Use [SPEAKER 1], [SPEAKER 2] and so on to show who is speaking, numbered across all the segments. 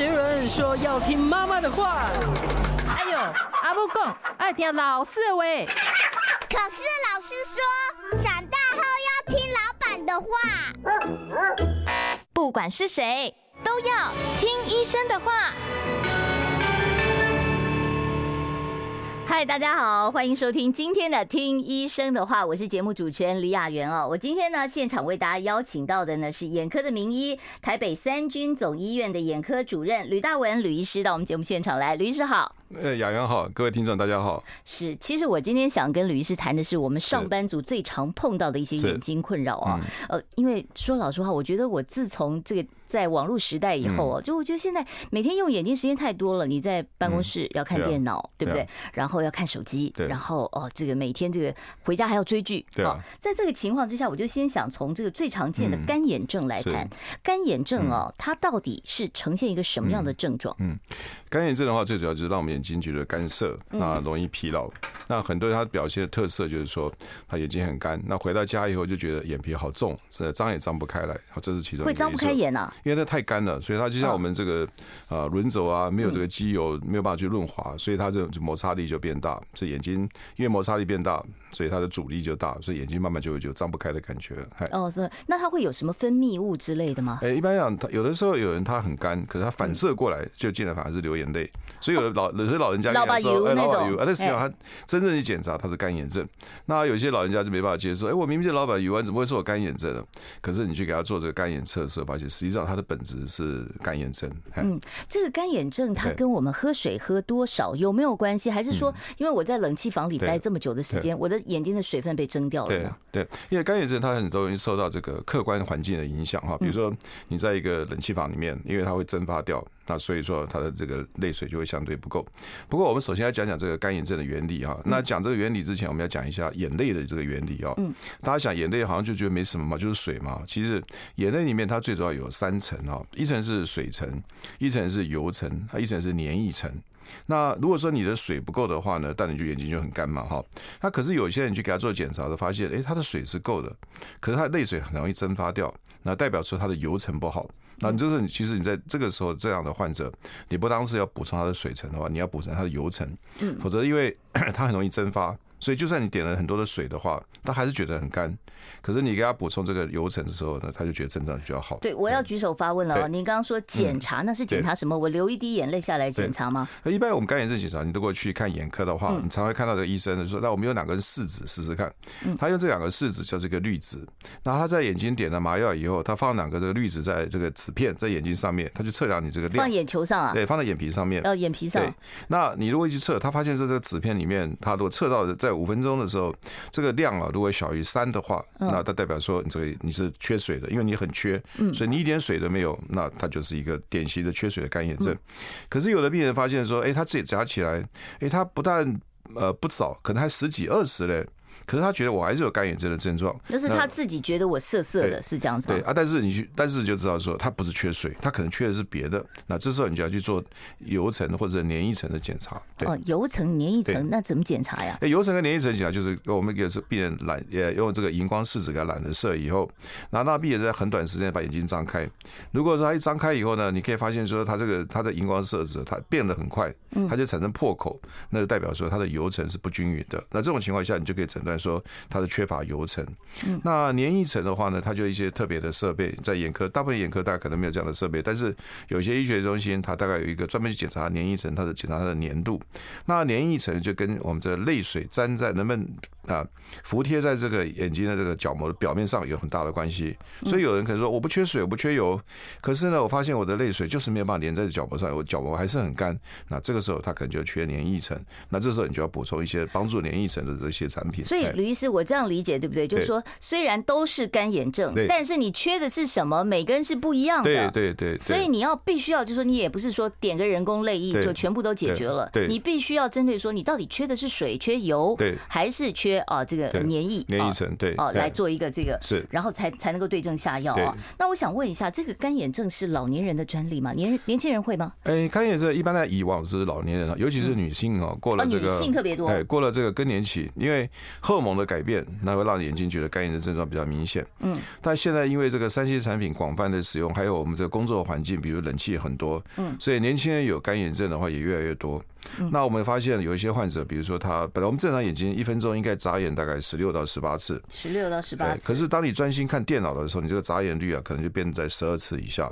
[SPEAKER 1] 杰伦说要听妈妈的话。
[SPEAKER 2] 哎呦，阿母讲爱听老师的话。
[SPEAKER 3] 可是老师说，长大后要听老板的话。
[SPEAKER 4] 不管是谁，都要听医生的话。嗨，大家好，欢迎收听今天的《听医生的话》，我是节目主持人李雅媛哦。我今天呢，现场为大家邀请到的呢是眼科的名医，台北三军总医院的眼科主任吕大文吕医师到我们节目现场来。吕医师好，
[SPEAKER 5] 呃，雅媛好，各位听众大家好。
[SPEAKER 4] 是，其实我今天想跟吕医师谈的是我们上班族最常碰到的一些眼睛困扰
[SPEAKER 5] 嗯
[SPEAKER 4] 啊、哦。呃，因为说老实话，我觉得我自从这个。在网络时代以后
[SPEAKER 5] 嗯
[SPEAKER 4] 哦，就我觉得现在每天用眼睛时间太多了。你在办公室要
[SPEAKER 5] 啊
[SPEAKER 4] 看电脑，对不对？然后要看手机，然后哦，这个每天这个回家还要追剧。哦
[SPEAKER 5] 对啊，嗯
[SPEAKER 4] 在这个情况之下，我就先想从这个最常见的干眼症来谈。干眼症哦，它到底是呈现一个什么样的症状？
[SPEAKER 5] 嗯，干眼症的话，最主要就是让我们眼睛觉得干涩，
[SPEAKER 4] 嗯
[SPEAKER 5] 那容易疲劳。那很多人他表现的特色就是说，他眼睛很干。那回到家以后就觉得眼皮好重，这张也张不开来。哦这是其中
[SPEAKER 4] 会张不开眼嗯啊。
[SPEAKER 5] 因为它太干了，所以它就像我们这个呃轮轴啊，没有这个机油，
[SPEAKER 4] 嗯
[SPEAKER 5] 没有办法去润滑，所以它就摩擦力就变大。这眼睛因为摩擦力变大，所以它的阻力就大，所以眼睛慢慢就有张不开的感觉。
[SPEAKER 4] 哦，是那它会有什么分泌物之类的吗？
[SPEAKER 5] 哎、欸，一般讲，它有的时候有人他很干，可是他反射过来就进来反而是流眼泪，所以有的老有些老人家
[SPEAKER 4] 老把油那种，哎
[SPEAKER 5] 但实际上他真正去检查他是干眼症。那有些老人家就没办法接受，哎、欸，我明明是老板油啊，怎么会说我干眼症呢？可是你去给他做这个干眼测试，发现实际上。它的本质是干眼症。
[SPEAKER 4] 嗯，这个干眼症它跟我们喝水喝多少有没有关系？还是
[SPEAKER 5] 嗯
[SPEAKER 4] 说，因为我在冷气房里待这么久的时间，我的眼睛的水分被蒸掉了
[SPEAKER 5] 呢？对,對，因为干眼症它很容易受到这个客观环境的影响哈，比如说你在一个冷气房里面，因为它会蒸发掉，那所以说它的这个泪水就会相对不够。不过我们首先要讲讲这个干眼症的原理哈。那讲这个原理之前，我们要讲一下眼泪的这个原理哦。嗯，大家想眼泪好像就觉得没什么嘛，就是水嘛。其实眼泪里面它最主要有三。层哈，一层是水层，一层是油层，一层是粘液层。那如果说你的水不够的话呢，但你就眼睛就很干嘛哈。那可是有些人去给他做检查的，发现诶、欸，他的水是够的，可是他的泪水很容易蒸发掉，那代表说他的油层不好。那就是其实你在这个时候这样的患者，你不当时要补充他的水层的话，你要补充他的油层，否则因为 它很容易蒸发。所以，就算你点了很多的水的话，他还是觉得很干。可是你给他补充这个油层的时候呢，他就觉得症状比较好。
[SPEAKER 4] 对，我要举手发问了哦。您刚刚
[SPEAKER 5] 嗯
[SPEAKER 4] 说检查，那是检查什么？我流一滴眼泪下来检查吗？
[SPEAKER 5] 一般我们干眼症检查，你如果去看眼科的话，
[SPEAKER 4] 嗯
[SPEAKER 5] 你常会看到的医生说：“那我们有两根试纸试试看。”
[SPEAKER 4] 嗯
[SPEAKER 5] 他用这两个试纸叫这个滤纸。那他在眼睛点了麻药以后，他放两个这个滤纸在这个纸片在眼睛上面，他就测量你这个量。
[SPEAKER 4] 放眼球上啊？
[SPEAKER 5] 对，放在眼皮上面。
[SPEAKER 4] 呃，眼皮上。
[SPEAKER 5] 对。那你如果去测，他发现说这个纸片里面，他如果测到的在在五分钟的时候，这个量啊，如果小于三的话，
[SPEAKER 4] 嗯
[SPEAKER 5] 那它代表说你这个你是缺水的，因为你很缺，
[SPEAKER 4] 嗯
[SPEAKER 5] 所以你一点水都没有，那它就是一个典型的缺水的干眼
[SPEAKER 4] 嗯
[SPEAKER 5] 症。可是有的病人发现说，哎，他自己夹起来，哎，他不但呃不早，可能还十几二十嘞。可是他觉得我还是有干眼症的症状，
[SPEAKER 4] 那是他自己觉得我涩涩的，是这样子
[SPEAKER 5] 对啊，但是你去，但是就知道说他不是缺水，他可能缺的是别的。那这时候你就要去做油层或者黏液层的检查。对
[SPEAKER 4] 哦，油层、黏液层，那怎么检查呀？
[SPEAKER 5] 哎，油层跟黏液层检查就是我们也是病人染，也用呃这个荧光试纸给他染了色以后，然后那病人在很短时间把眼睛张开。如果说他一张开以后呢，你可以发现说他这个他的荧光色纸它变得很快，它就产生破口，那就代表说它的油层是不均匀的。那这种情况下，你就可以诊断。来说它是缺乏油层，那粘液层的话呢，它就一些特别的设备，在眼科大部分眼科大家可能没有这样的设备，但是有些医学中心它大概有一个专门去检查粘液层，它的检查它的粘度。那粘液层就跟我们的泪水粘在能不能啊服贴在这个眼睛的这个角膜表面上有很大的关系。
[SPEAKER 4] 嗯
[SPEAKER 5] 所以有人可能说我不缺水，我不缺油，可是呢，我发现我的泪水就是没有办法粘在角膜上，我角膜还是很干。那这个时候它可能就缺粘液层，那这时候你就要补充一些帮助粘液层的这些产品。哎
[SPEAKER 4] 所以吕医师，我这样理解对不对？就是说，虽然都是干眼症，但是你缺的是什么？每个人是不一样
[SPEAKER 5] 的。对对对。
[SPEAKER 4] 所以你要必须要，就是说你也不是说点个人工泪液就全部都解决了。对。你必须要针对说，你到底缺的是水、缺油，
[SPEAKER 5] 对，
[SPEAKER 4] 还是缺啊这个粘液、
[SPEAKER 5] 粘液层，对，哎
[SPEAKER 4] 哦，来做一个这个
[SPEAKER 5] 是，
[SPEAKER 4] 然后才才能够对症下药啊。那我想问一下，这个干眼症是老年人的专利吗？年年轻人会吗？
[SPEAKER 5] 哎，干眼症一般在啊以往是老年人，尤其是女性哦，过了这个
[SPEAKER 4] 女性特别多，
[SPEAKER 5] 哎，过了这个更年期，因为。荷尔蒙的改变，那会让眼睛觉得干眼的症状比较明显。嗯，但现在因为这个三 C 产品广泛的使用，还有我们这个工作环境，比如冷气很多，嗯，所以年轻人有干眼症的话也越来越多。那我们发现有一些患者，比如说他本来我们正常眼睛一分钟应该眨眼大概十六到十八次，
[SPEAKER 4] 十六到十八
[SPEAKER 5] 对，可是当你专心看电脑的时候，你这个眨眼率啊，可能就变在十二次以下。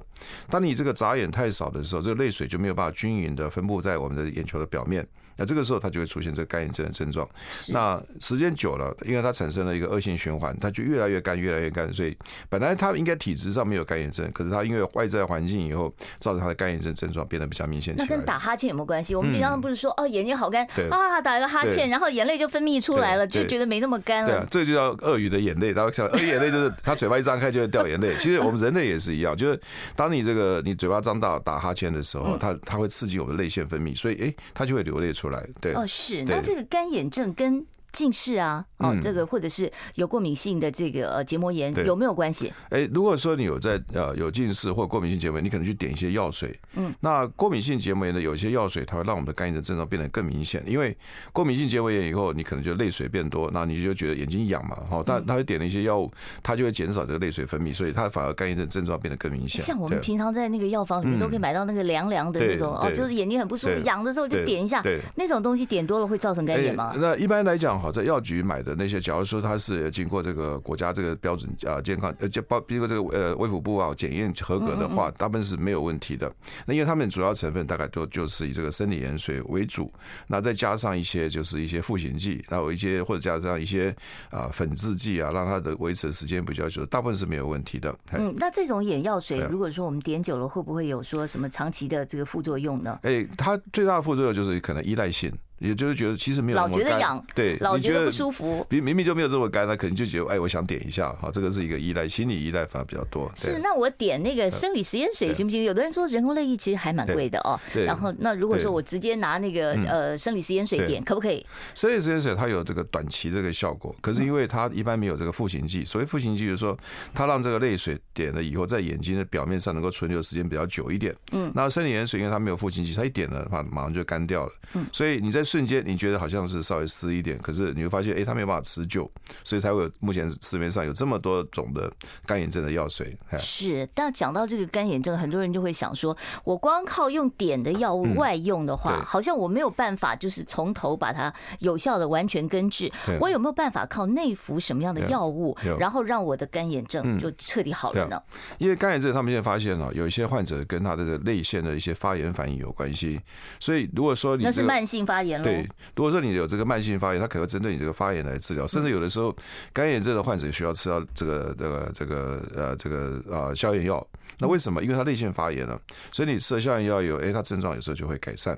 [SPEAKER 5] 当你这个眨眼太少的时候，这个泪水就没有办法均匀的分布在我们的眼球的表面。那这个时候，它就会出现这个干眼症的症状。那时间久了，因为它产生了一个恶性循环，它就越来越干，越来越干。所以本来它应该体质上没有干眼症，可是它因为外在环境以后，造成它的干眼症症状变得比较明显起
[SPEAKER 4] 那
[SPEAKER 5] 来。
[SPEAKER 4] 跟打哈欠有没有关系？我们平常不是说哦眼睛好干
[SPEAKER 5] 嗯对
[SPEAKER 4] 啊，打一个哈欠，
[SPEAKER 5] 对
[SPEAKER 4] 然后眼泪就分泌出来了，就
[SPEAKER 5] 对对
[SPEAKER 4] 觉得没那么干
[SPEAKER 5] 对
[SPEAKER 4] 了
[SPEAKER 5] 啊。，这就叫鳄鱼的眼泪。然后像鳄鱼眼 泪就是它嘴巴一张开就会掉眼泪。其实我们人类也是一样，就是当你这个你嘴巴张大打哈欠的时
[SPEAKER 4] 嗯
[SPEAKER 5] 候，它它会刺激我们的泪腺分泌，所以诶它就会流泪出来。对，
[SPEAKER 4] 哦，是。
[SPEAKER 5] 对
[SPEAKER 4] 那这个干眼症跟近视啊，哦，
[SPEAKER 5] 嗯
[SPEAKER 4] 这个或者是有过敏性的这个呃结膜炎
[SPEAKER 5] 对
[SPEAKER 4] 有没有关系？
[SPEAKER 5] 诶，如果说你有在呃有近视或过敏性结膜炎，你可能去点一些药水。嗯，那过敏性结膜炎呢，有些药水它会让我们的干眼症症状变得更明显，因为过敏性结膜炎以后，你可能就泪水变多，那你就觉得眼睛痒嘛，好、
[SPEAKER 4] 嗯
[SPEAKER 5] 但它会点了一些药物，它就会减少这个泪水分泌，所以它反而干眼症症状变得更明显。
[SPEAKER 4] 像我
[SPEAKER 5] 啊对
[SPEAKER 4] 们平常在那个药房里面
[SPEAKER 5] 嗯
[SPEAKER 4] 都可以买到那个凉凉的那种哦，
[SPEAKER 5] 对对
[SPEAKER 4] 就是眼睛很不舒服
[SPEAKER 5] 对
[SPEAKER 4] 痒的时候就
[SPEAKER 5] 对
[SPEAKER 4] 点一下
[SPEAKER 5] 对，哎
[SPEAKER 4] 那种东西点多了会造成干眼吗？
[SPEAKER 5] 那一般来讲，哈，在药局买的那些，假如说它是经过这个国家这个标准啊健康呃，就包经过这个呃卫福部啊检验合格的
[SPEAKER 4] 嗯
[SPEAKER 5] 话，大部分是没有问题的。那因为他们主要成分大概都就是以这个生理盐水为主，那再加上一些就是一些赋形剂，还有一些或者加上一些啊粉质剂啊，让它的维持的时间比较久，大部分是没有问题的。嘿
[SPEAKER 4] 嗯，那这种眼药水
[SPEAKER 5] 对，啊
[SPEAKER 4] 如果说我们点久了，会不会有说什么长期的这个副作用呢？
[SPEAKER 5] 哎、它最大的副作用就是可能依赖性，也就是觉得其实没有那
[SPEAKER 4] 老
[SPEAKER 5] 么
[SPEAKER 4] 觉得
[SPEAKER 5] 干
[SPEAKER 4] 痒
[SPEAKER 5] 对，
[SPEAKER 4] 老
[SPEAKER 5] 你
[SPEAKER 4] 觉得不舒服。
[SPEAKER 5] 明明明就没有这么干，那可能就觉得哎，我想点一下，好，这个是一个依赖，心理依赖反而比较多。对呃
[SPEAKER 4] 是，那我点那个生理食盐水
[SPEAKER 5] 对
[SPEAKER 4] 行不行？有的人说人工泪液其实还蛮贵的哦。
[SPEAKER 5] 对
[SPEAKER 4] 然后，那如果
[SPEAKER 5] 对嗯
[SPEAKER 4] 说我直接拿那个呃生理食盐水
[SPEAKER 5] 对
[SPEAKER 4] 点，可不可以？
[SPEAKER 5] 生理食盐水它有这个短期这个效果，可是因为它一般没有这个赋形剂，所谓赋形剂就是说它让这个泪水点了以后，在眼睛的表面上能够存留时间比较久一点。嗯，那生理盐水因为它没有赋形剂，它一点了它马上就干掉了。嗯，所以你在瞬间你觉得好像是稍微湿一点，可是你会发现哎，它没有办法持久，所以才会有目前市面上有这么多种的干眼症的药水。哎
[SPEAKER 4] 是。但讲到这个干眼症，很多人就会想说，我光靠用点的药物外用的话，
[SPEAKER 5] 嗯对
[SPEAKER 4] 好像我没有办法就是从头把它有效的完全根治
[SPEAKER 5] 对。
[SPEAKER 4] 我有没有办法靠内服什么样的
[SPEAKER 5] 有
[SPEAKER 4] 药物
[SPEAKER 5] 有，嗯
[SPEAKER 4] 然后让我的干眼症就彻底好了
[SPEAKER 5] 对
[SPEAKER 4] 呢
[SPEAKER 5] 啊？因为干眼症，他们现在发现了、有一些患者跟他的泪腺的一些发炎反应有关系，所以如果说你、这
[SPEAKER 4] 那是
[SPEAKER 5] 个、
[SPEAKER 4] 慢性发炎喽。
[SPEAKER 5] 对，如果说你有这个慢性发炎，它可能会针对你这个发炎来治疗，
[SPEAKER 4] 嗯
[SPEAKER 5] 甚至有的时候干眼症的患者需要吃到这个这个这个呃这个呃消炎药。那
[SPEAKER 4] 嗯
[SPEAKER 5] 为什么？因为它泪腺发炎了，所以你吃了消炎药以后，哎，它症状有时候就会改善。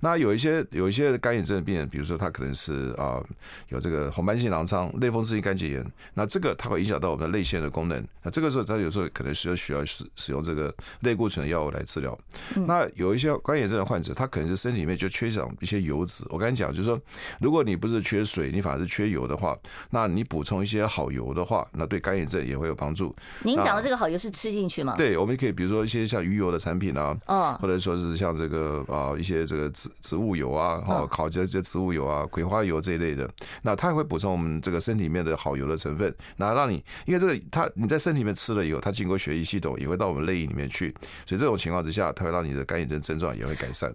[SPEAKER 5] 那有一些有一些干眼症的病人，比如说他可能是啊、有这个红斑性狼疮、类风湿性关节炎，那这个它会影响到我们的泪腺的功能。那这个时候，他有时候可能需要需要使使用这个类固醇的药物来治疗。那有一些关眼症的患者，他可能是身体里面就缺少一些油脂。我刚才讲，就是说，如果你不是缺水，你反而是缺油的话，那你补充一些好油的话，那对干眼症也会有帮助。
[SPEAKER 4] 您讲的
[SPEAKER 5] 啊
[SPEAKER 4] 这个好油是吃进去吗？，
[SPEAKER 5] 对，我们可以比如说一些像鱼油的产品啊，
[SPEAKER 4] 嗯，
[SPEAKER 5] 或者说是像这个啊、一些这个植植物油啊，哈、
[SPEAKER 4] 嗯
[SPEAKER 5] 烤这些植物油啊、葵花油这一类的，那它也会补充我们这个身体里面的好油的成分，那让你因为这个它你在身体里面吃了以后，它经过血液系统也会到我们泪液里面去，所以这种情况之下，它会让你的干眼症症状也会改善。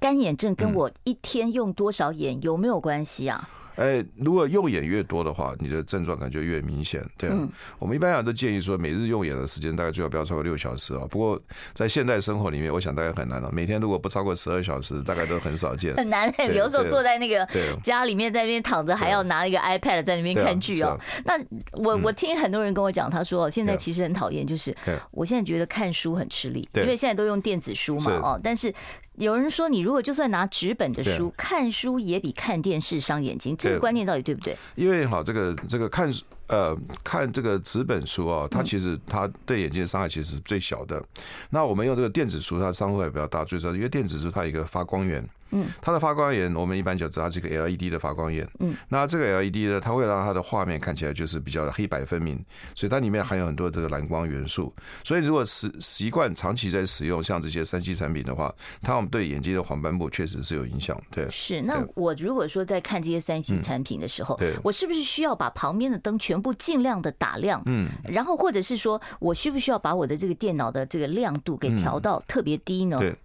[SPEAKER 4] 干眼症跟
[SPEAKER 5] 嗯
[SPEAKER 4] 我一天用多少眼有没有关系啊？
[SPEAKER 5] 哎，如果用眼越多的话，你的症状感觉越明显。对、
[SPEAKER 4] 嗯
[SPEAKER 5] 啊，我们一般讲都建议说，每日用眼的时间大概最好不要超过六小时啊。不过在现代生活里面，我想大概很难了、每天如果不超过十二小时，大概都很 少见。
[SPEAKER 4] 很难、欸，
[SPEAKER 5] 对
[SPEAKER 4] 有时候
[SPEAKER 5] 对
[SPEAKER 4] 坐在那个
[SPEAKER 5] 对啊
[SPEAKER 4] 家里面，在那边躺着，还要拿一个 iPad 在那边
[SPEAKER 5] 对啊
[SPEAKER 4] 看剧哦、那我我听很多人跟我讲，他说现在
[SPEAKER 5] 嗯对啊
[SPEAKER 4] 其实很讨厌，就是
[SPEAKER 5] 对啊
[SPEAKER 4] 我现在觉得看书很吃力，因
[SPEAKER 5] 对
[SPEAKER 4] 为现在都用电子书嘛
[SPEAKER 5] 是
[SPEAKER 4] 哦。但是有人说，你如果就算拿纸本的
[SPEAKER 5] 对啊
[SPEAKER 4] 书看书，也比看电视伤眼睛，这
[SPEAKER 5] 对
[SPEAKER 4] 个
[SPEAKER 5] 啊
[SPEAKER 4] 观念到底对不对？
[SPEAKER 5] 因为哈，这个这个看呃看这个纸本书啊，它其实它对眼睛的伤害其实是最小的。那我们用这个电子书，它伤害比较大，最主要是因为电子书它有一个发光源，嗯，它的发光眼我们一般就知道它是一个 LED 的发光眼。嗯，那这个 LED 呢，它会让它的画面看起来就是比较黑白分明，所以它里面含有很多这个蓝光元素。所以如果习习惯长期在使用像这些三 C 产品的话，它我们对眼睛的黄斑部确实是有影响。对，
[SPEAKER 4] 是，那我如果说在看这些三 C 产品的时候
[SPEAKER 5] 对，
[SPEAKER 4] 我是不是需要把旁边的灯全部尽量的打亮？嗯，然后或者是说我需不需要把我的这个电脑的这个亮度给调到特别低呢？
[SPEAKER 5] 嗯对，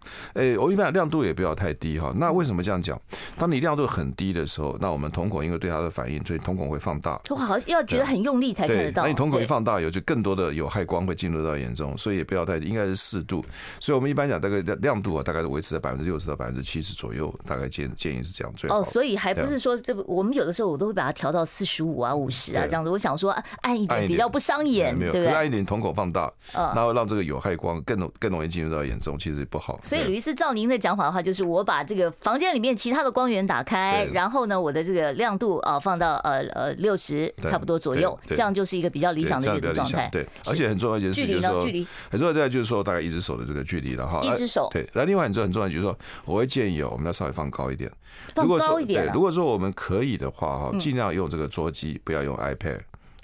[SPEAKER 5] 诶、我一般亮度也不要太低哈。那为什么这样讲？当你亮度很低的时候，那我们瞳孔因为对它的反应，所以瞳孔会放大。
[SPEAKER 4] 我好像要觉得很用力才看得
[SPEAKER 5] 对，
[SPEAKER 4] 到。
[SPEAKER 5] 那你瞳孔一
[SPEAKER 4] 对
[SPEAKER 5] 放大，有就更多的有害光会进入到眼中，所以也不要太，应该是适度。所以我们一般讲大概亮度啊，大概维持在百分之六十到百分之七十左右，大概建建议是这样最好。
[SPEAKER 4] 哦，所以还不
[SPEAKER 5] 对
[SPEAKER 4] 是说这不，我们有的时候我都会把它调到四十五啊、五十啊
[SPEAKER 5] 嗯对
[SPEAKER 4] 这样子。我想说啊暗一
[SPEAKER 5] 暗
[SPEAKER 4] 点
[SPEAKER 5] 一
[SPEAKER 4] 比
[SPEAKER 5] 点哎
[SPEAKER 4] 较不伤眼，对
[SPEAKER 5] 没有，
[SPEAKER 4] 不
[SPEAKER 5] 可是暗
[SPEAKER 4] 对？
[SPEAKER 5] 一点瞳孔放大，
[SPEAKER 4] 嗯
[SPEAKER 5] 然后让这个有害光更容更容易进入到眼中，其实不好。
[SPEAKER 4] 所以，
[SPEAKER 5] 对
[SPEAKER 4] 吕医师照您的讲法的话，就是我把这个房间里面其他的光源打开，
[SPEAKER 5] 对
[SPEAKER 4] 然后呢，我的这个亮度啊放到呃呃六十
[SPEAKER 5] 对
[SPEAKER 4] 差不多左右，
[SPEAKER 5] 对
[SPEAKER 4] 这
[SPEAKER 5] 对
[SPEAKER 4] 样就是一个比较理
[SPEAKER 5] 对
[SPEAKER 4] 想
[SPEAKER 5] 这
[SPEAKER 4] 的
[SPEAKER 5] 样
[SPEAKER 4] 阅
[SPEAKER 5] 比
[SPEAKER 4] 读
[SPEAKER 5] 较理
[SPEAKER 4] 状
[SPEAKER 5] 想
[SPEAKER 4] 态。
[SPEAKER 5] 对，
[SPEAKER 4] 是
[SPEAKER 5] 而且很重要一件事
[SPEAKER 4] 距
[SPEAKER 5] 就
[SPEAKER 4] 离
[SPEAKER 5] 是
[SPEAKER 4] 呢？
[SPEAKER 5] 说
[SPEAKER 4] 距，离
[SPEAKER 5] 很重要在就是说大概一只手的这个距离了哈。哎
[SPEAKER 4] 一只手
[SPEAKER 5] 对，那另外很重要很重要就是说，我会建议哦，我们要稍微放高一点。
[SPEAKER 4] 放
[SPEAKER 5] 如果
[SPEAKER 4] 高
[SPEAKER 5] 说
[SPEAKER 4] 一点嗯
[SPEAKER 5] 对，
[SPEAKER 4] 啊
[SPEAKER 5] 如，果说我们可以的话哈，尽量用这个桌机，不要用 iPad。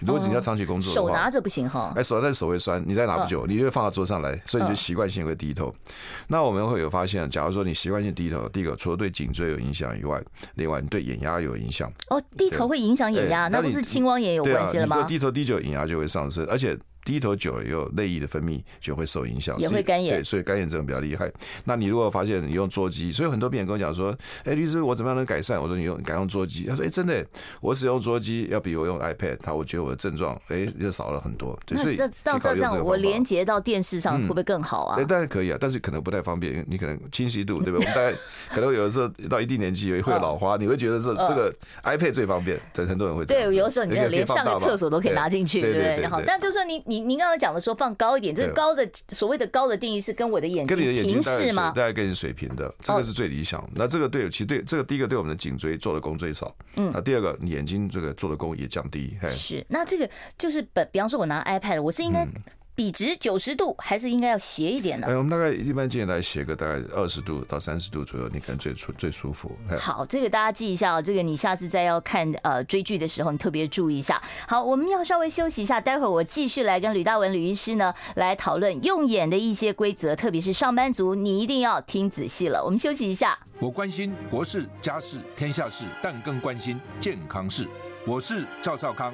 [SPEAKER 5] 如果你要长期工作
[SPEAKER 4] 哦手
[SPEAKER 5] 的话
[SPEAKER 4] 拿，着不行哈。
[SPEAKER 5] 哎，手但手会酸，你再拿不久，你就会放到桌上来，所以你就
[SPEAKER 4] 嗯
[SPEAKER 5] 习惯性会低头。那我们会有发现，假如说你习惯性低头，第一个除了对颈椎有影响以外，另外你对眼压有影响。
[SPEAKER 4] 哦，低头会影响眼压，
[SPEAKER 5] 对
[SPEAKER 4] 那
[SPEAKER 5] 哎那
[SPEAKER 4] 不
[SPEAKER 5] 你
[SPEAKER 4] 是青光眼有
[SPEAKER 5] 对
[SPEAKER 4] 关系了
[SPEAKER 5] 啊、
[SPEAKER 4] 吗
[SPEAKER 5] 你说？低头低久，眼压就会上升，而且低头久了以后，泪液的分泌就会受影响，
[SPEAKER 4] 也
[SPEAKER 5] 所以
[SPEAKER 4] 会干眼
[SPEAKER 5] 对，所以干眼症比较厉害。那你如果发现你用桌机，所以很多病人跟我讲说：“哎、律师，我怎么样能改善？”我说：“你用改用桌机。”他说：“哎、真的耶，我使用桌机要比我用 iPad，他我觉得我的症状哎、就少了很多。”对，所
[SPEAKER 4] 那
[SPEAKER 5] 以
[SPEAKER 4] 这
[SPEAKER 5] 可
[SPEAKER 4] 到
[SPEAKER 5] 以考
[SPEAKER 4] 这
[SPEAKER 5] 虑
[SPEAKER 4] 这
[SPEAKER 5] 用
[SPEAKER 4] 样，
[SPEAKER 5] 这个
[SPEAKER 4] 我
[SPEAKER 5] 方法
[SPEAKER 4] 连接到电视上会不会更好啊
[SPEAKER 5] 对，？当然可以啊，但是可能不太方便，因为你可能清 晰度对不对？我们大概可能有的时候到一定年纪也会有老花，你会觉得这这个 iPad 最方便，对，很多人会
[SPEAKER 4] 嗯
[SPEAKER 5] 这
[SPEAKER 4] 对
[SPEAKER 5] 样，子
[SPEAKER 4] 有的时候你
[SPEAKER 5] 可
[SPEAKER 4] 连
[SPEAKER 5] 以可以
[SPEAKER 4] 上
[SPEAKER 5] 放大
[SPEAKER 4] 个
[SPEAKER 5] 嘛
[SPEAKER 4] 厕所都可以拿进去，
[SPEAKER 5] 对
[SPEAKER 4] 不
[SPEAKER 5] 对
[SPEAKER 4] 对？好，
[SPEAKER 5] 对
[SPEAKER 4] 但就是说您您您刚刚讲的说放高一点，这个
[SPEAKER 5] 对
[SPEAKER 4] 高的所谓的高的定义是跟我的眼睛
[SPEAKER 5] 跟你的眼睛
[SPEAKER 4] 平
[SPEAKER 5] 大
[SPEAKER 4] 视
[SPEAKER 5] 概
[SPEAKER 4] 哦
[SPEAKER 5] 是
[SPEAKER 4] 吗
[SPEAKER 5] 大？概跟你水平的，这个是最理想。那这个对，其实对这个第一个对我们的颈椎做的功最少，嗯，那第二个你眼睛这个做的功也降低，嘿，
[SPEAKER 4] 是，那这个就是本，比方说我拿 iPad，我是应
[SPEAKER 5] 嗯
[SPEAKER 4] 该笔直九十度，还是应该要斜一点呢？
[SPEAKER 5] 哎，我们大概一般建议来斜个大概二十度到三十度左右，你可能最舒最舒服，嘿。
[SPEAKER 4] 好，这个大家记一下哦。这个你下次再要看呃追剧的时候，你特别注意一下。好，我们要稍微休息一下，待会儿我继续来跟吕大文吕医师呢来讨论用眼的一些规则，特别是上班族，你一定要听仔细了。我们休息一下。
[SPEAKER 6] 我关心国事、家事、天下事，但更关心健康事。我是赵少康，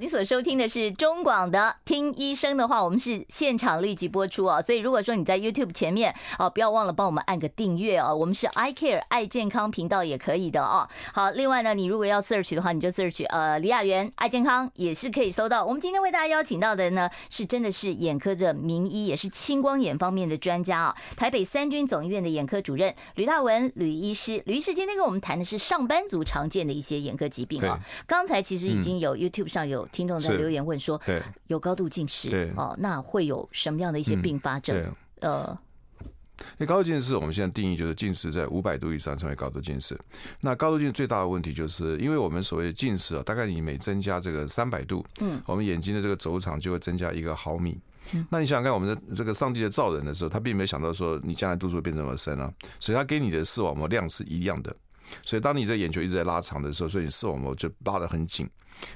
[SPEAKER 4] 你所收听的是中广的《听医生的话》，我们是现场立即播出哦。所以如果说你在 YouTube 前面哦，不要忘了帮我们按个订阅哦。我们是 I Care 爱健康频道也可以的哦。好，另外呢，你如果要 search 的话，你就 search 呃李雅媛爱健康也是可以搜到。我们今天为大家邀请到的呢，是真的是眼科的名医，也是青光眼方面的专家啊、台北三军总医院的眼科主任吕大文吕医师。吕医师今天跟我们谈的是上班族常见的一些眼科疾病啊、刚才其实已经有 YouTube 上有听众在
[SPEAKER 5] 嗯是
[SPEAKER 4] 留言问说，
[SPEAKER 5] 对
[SPEAKER 4] 有高度近视
[SPEAKER 5] 对
[SPEAKER 4] 哦，那会有什么样的一些
[SPEAKER 5] 嗯
[SPEAKER 4] 并发
[SPEAKER 5] 对
[SPEAKER 4] 症？，呃，
[SPEAKER 5] 那高度近视，我们现在定义就是近视在五百度以上称为高度近视。那高度近视最大的问题就是，因为我们所谓的近视啊，大概你每增加这个三百度，嗯，我们眼睛的这个轴长就会增加一个毫米。那你想想看，我们的这个上帝在造人的时候，他并没有想到说你将来度数会变这么深啊，所以他给你的视网膜量是一样的。所以当你的眼球一直在拉长的时候，所以你视网膜就拉得很紧。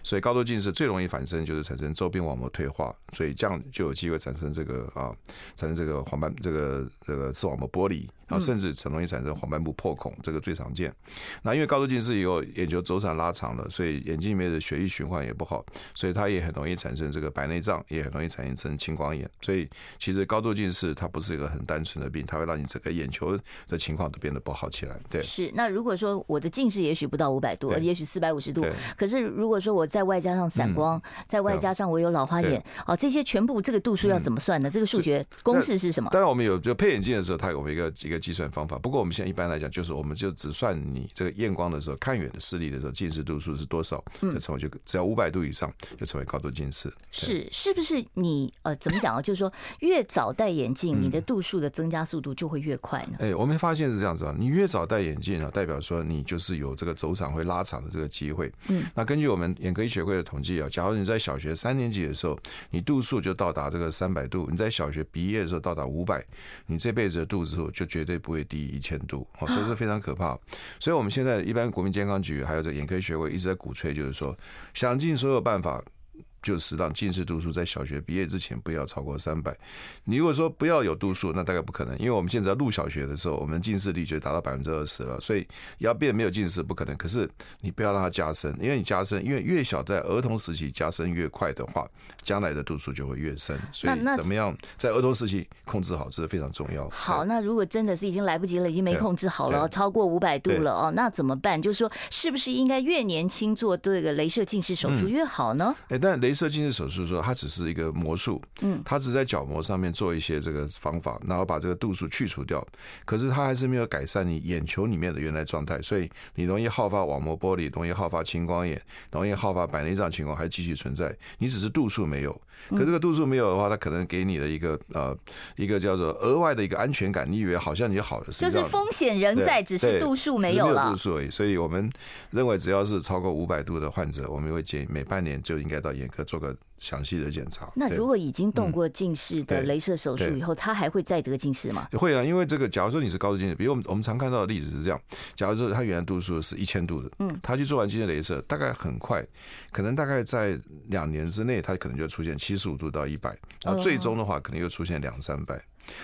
[SPEAKER 5] 所以高度近视最容易产生就是产生周边网膜退化，所以这样就有机会产生这个啊，产生这个黄斑这个这个视网膜剥离，然后甚至很容易产生黄斑部破孔，这个最常见。那因为高度近视以后，眼球轴长拉长了，所以眼睛里面的血液循环也不好，所以它也很容易产生这个白内障，也很容易产生青光眼。所以其实高度近视它不是一个很单纯的病，它会让你整个眼球的情况都变得不好起来。对。
[SPEAKER 4] 是。那如果说我的近视也许不到五百度，
[SPEAKER 5] 对
[SPEAKER 4] 也许四百五十度
[SPEAKER 5] 对，嗯
[SPEAKER 4] 可是如果说说我再外加上散光，再外加上我有老花眼，哦，这些全部这个度数要怎么算
[SPEAKER 5] 嗯
[SPEAKER 4] 呢？这个数学公式是什么？
[SPEAKER 5] 当然，我们有就配眼镜的时候，它有一个一个计算方法。不过我们现在一般来讲，就是我们就只算你这个验光的时候，看远的视力的时候，近视度数是多少，就成为就只要五百度以上，就成为高度近视。
[SPEAKER 4] 是是不是你呃怎么讲啊？就是说越早戴眼镜，
[SPEAKER 5] 嗯
[SPEAKER 4] 你的度数的增加速度就会越快呢？
[SPEAKER 5] 哎，我们发现是这样子啊，你越早戴眼镜啊，代表说你就是有这个轴长会拉长的这个机会。嗯，那根据我们眼科医学会的统计啊，假如你在小学三年级的时候，你度数就到达这个三百度，你在小学毕业的时候到达五百，你这辈子的度数就绝对不会低于一千度，哦，所以这非常可怕。所以我们现在一般国民健康局还有这个眼科医学会一直在鼓吹，就是说想尽所有办法。就是让近视度数在小学毕业之前不要超过三百。你如果说不要有度数，那大概不可能，因为我们现在入小学的时候，我们近视力就达到百分之二十了，所以要变没有近视不可能。可是你不要让它加深，因为你加深，因为越小在儿童时期加深越快的话，将来的度数就会越深。所
[SPEAKER 4] 那那
[SPEAKER 5] 以怎么样在儿童时期控制好，这是非常重要。
[SPEAKER 4] 好，那如果真的是已经来不及了，已经没
[SPEAKER 5] 对
[SPEAKER 4] 控制好了，
[SPEAKER 5] 对
[SPEAKER 4] 超过五百度
[SPEAKER 5] 对
[SPEAKER 4] 了哦，那怎么办？就是说，是不是应该越年轻做这个镭射近视手术越好呢？
[SPEAKER 5] 哎、但镭射近视手术说它只是一个魔术，嗯，它只是在角膜上面做一些这个方法，然后把这个度数去除掉，可是它还是没有改善你眼球里面的原来状态，所以你容易好发网膜玻璃，容易好发青光眼，容易好发白内障情况还继续存在，你只是度数没有，
[SPEAKER 4] 嗯
[SPEAKER 5] 可这个度数没有的话，它可能给你的一个呃一个叫做额外的一个安全感，你以为好像你就好了，
[SPEAKER 4] 就
[SPEAKER 5] 实际
[SPEAKER 4] 是
[SPEAKER 5] 上
[SPEAKER 4] 风险仍
[SPEAKER 5] 对
[SPEAKER 4] 在，只是
[SPEAKER 5] 对
[SPEAKER 4] 度数
[SPEAKER 5] 只
[SPEAKER 4] 没
[SPEAKER 5] 是
[SPEAKER 4] 有
[SPEAKER 5] 有
[SPEAKER 4] 了
[SPEAKER 5] 度。数而已。所以我们认为，只要是超过五百度的患者，我们会建议每半年就应该到眼科做个详细的检查。
[SPEAKER 4] 那
[SPEAKER 5] 对
[SPEAKER 4] 如果已经动过近视的
[SPEAKER 5] 对
[SPEAKER 4] 镭射手术
[SPEAKER 5] 对
[SPEAKER 4] 以后，他还会再得近视吗？
[SPEAKER 5] 会啊，因为这个，假如说你是高度近视，比如我们我们常看到的例子是这样，假如说他原来度数是一千度的，嗯，他去做完今天镭射，大概很快，可能大概在两年之内，他可能就出现七十五度到一百，然后最终的话可能又出现两三百。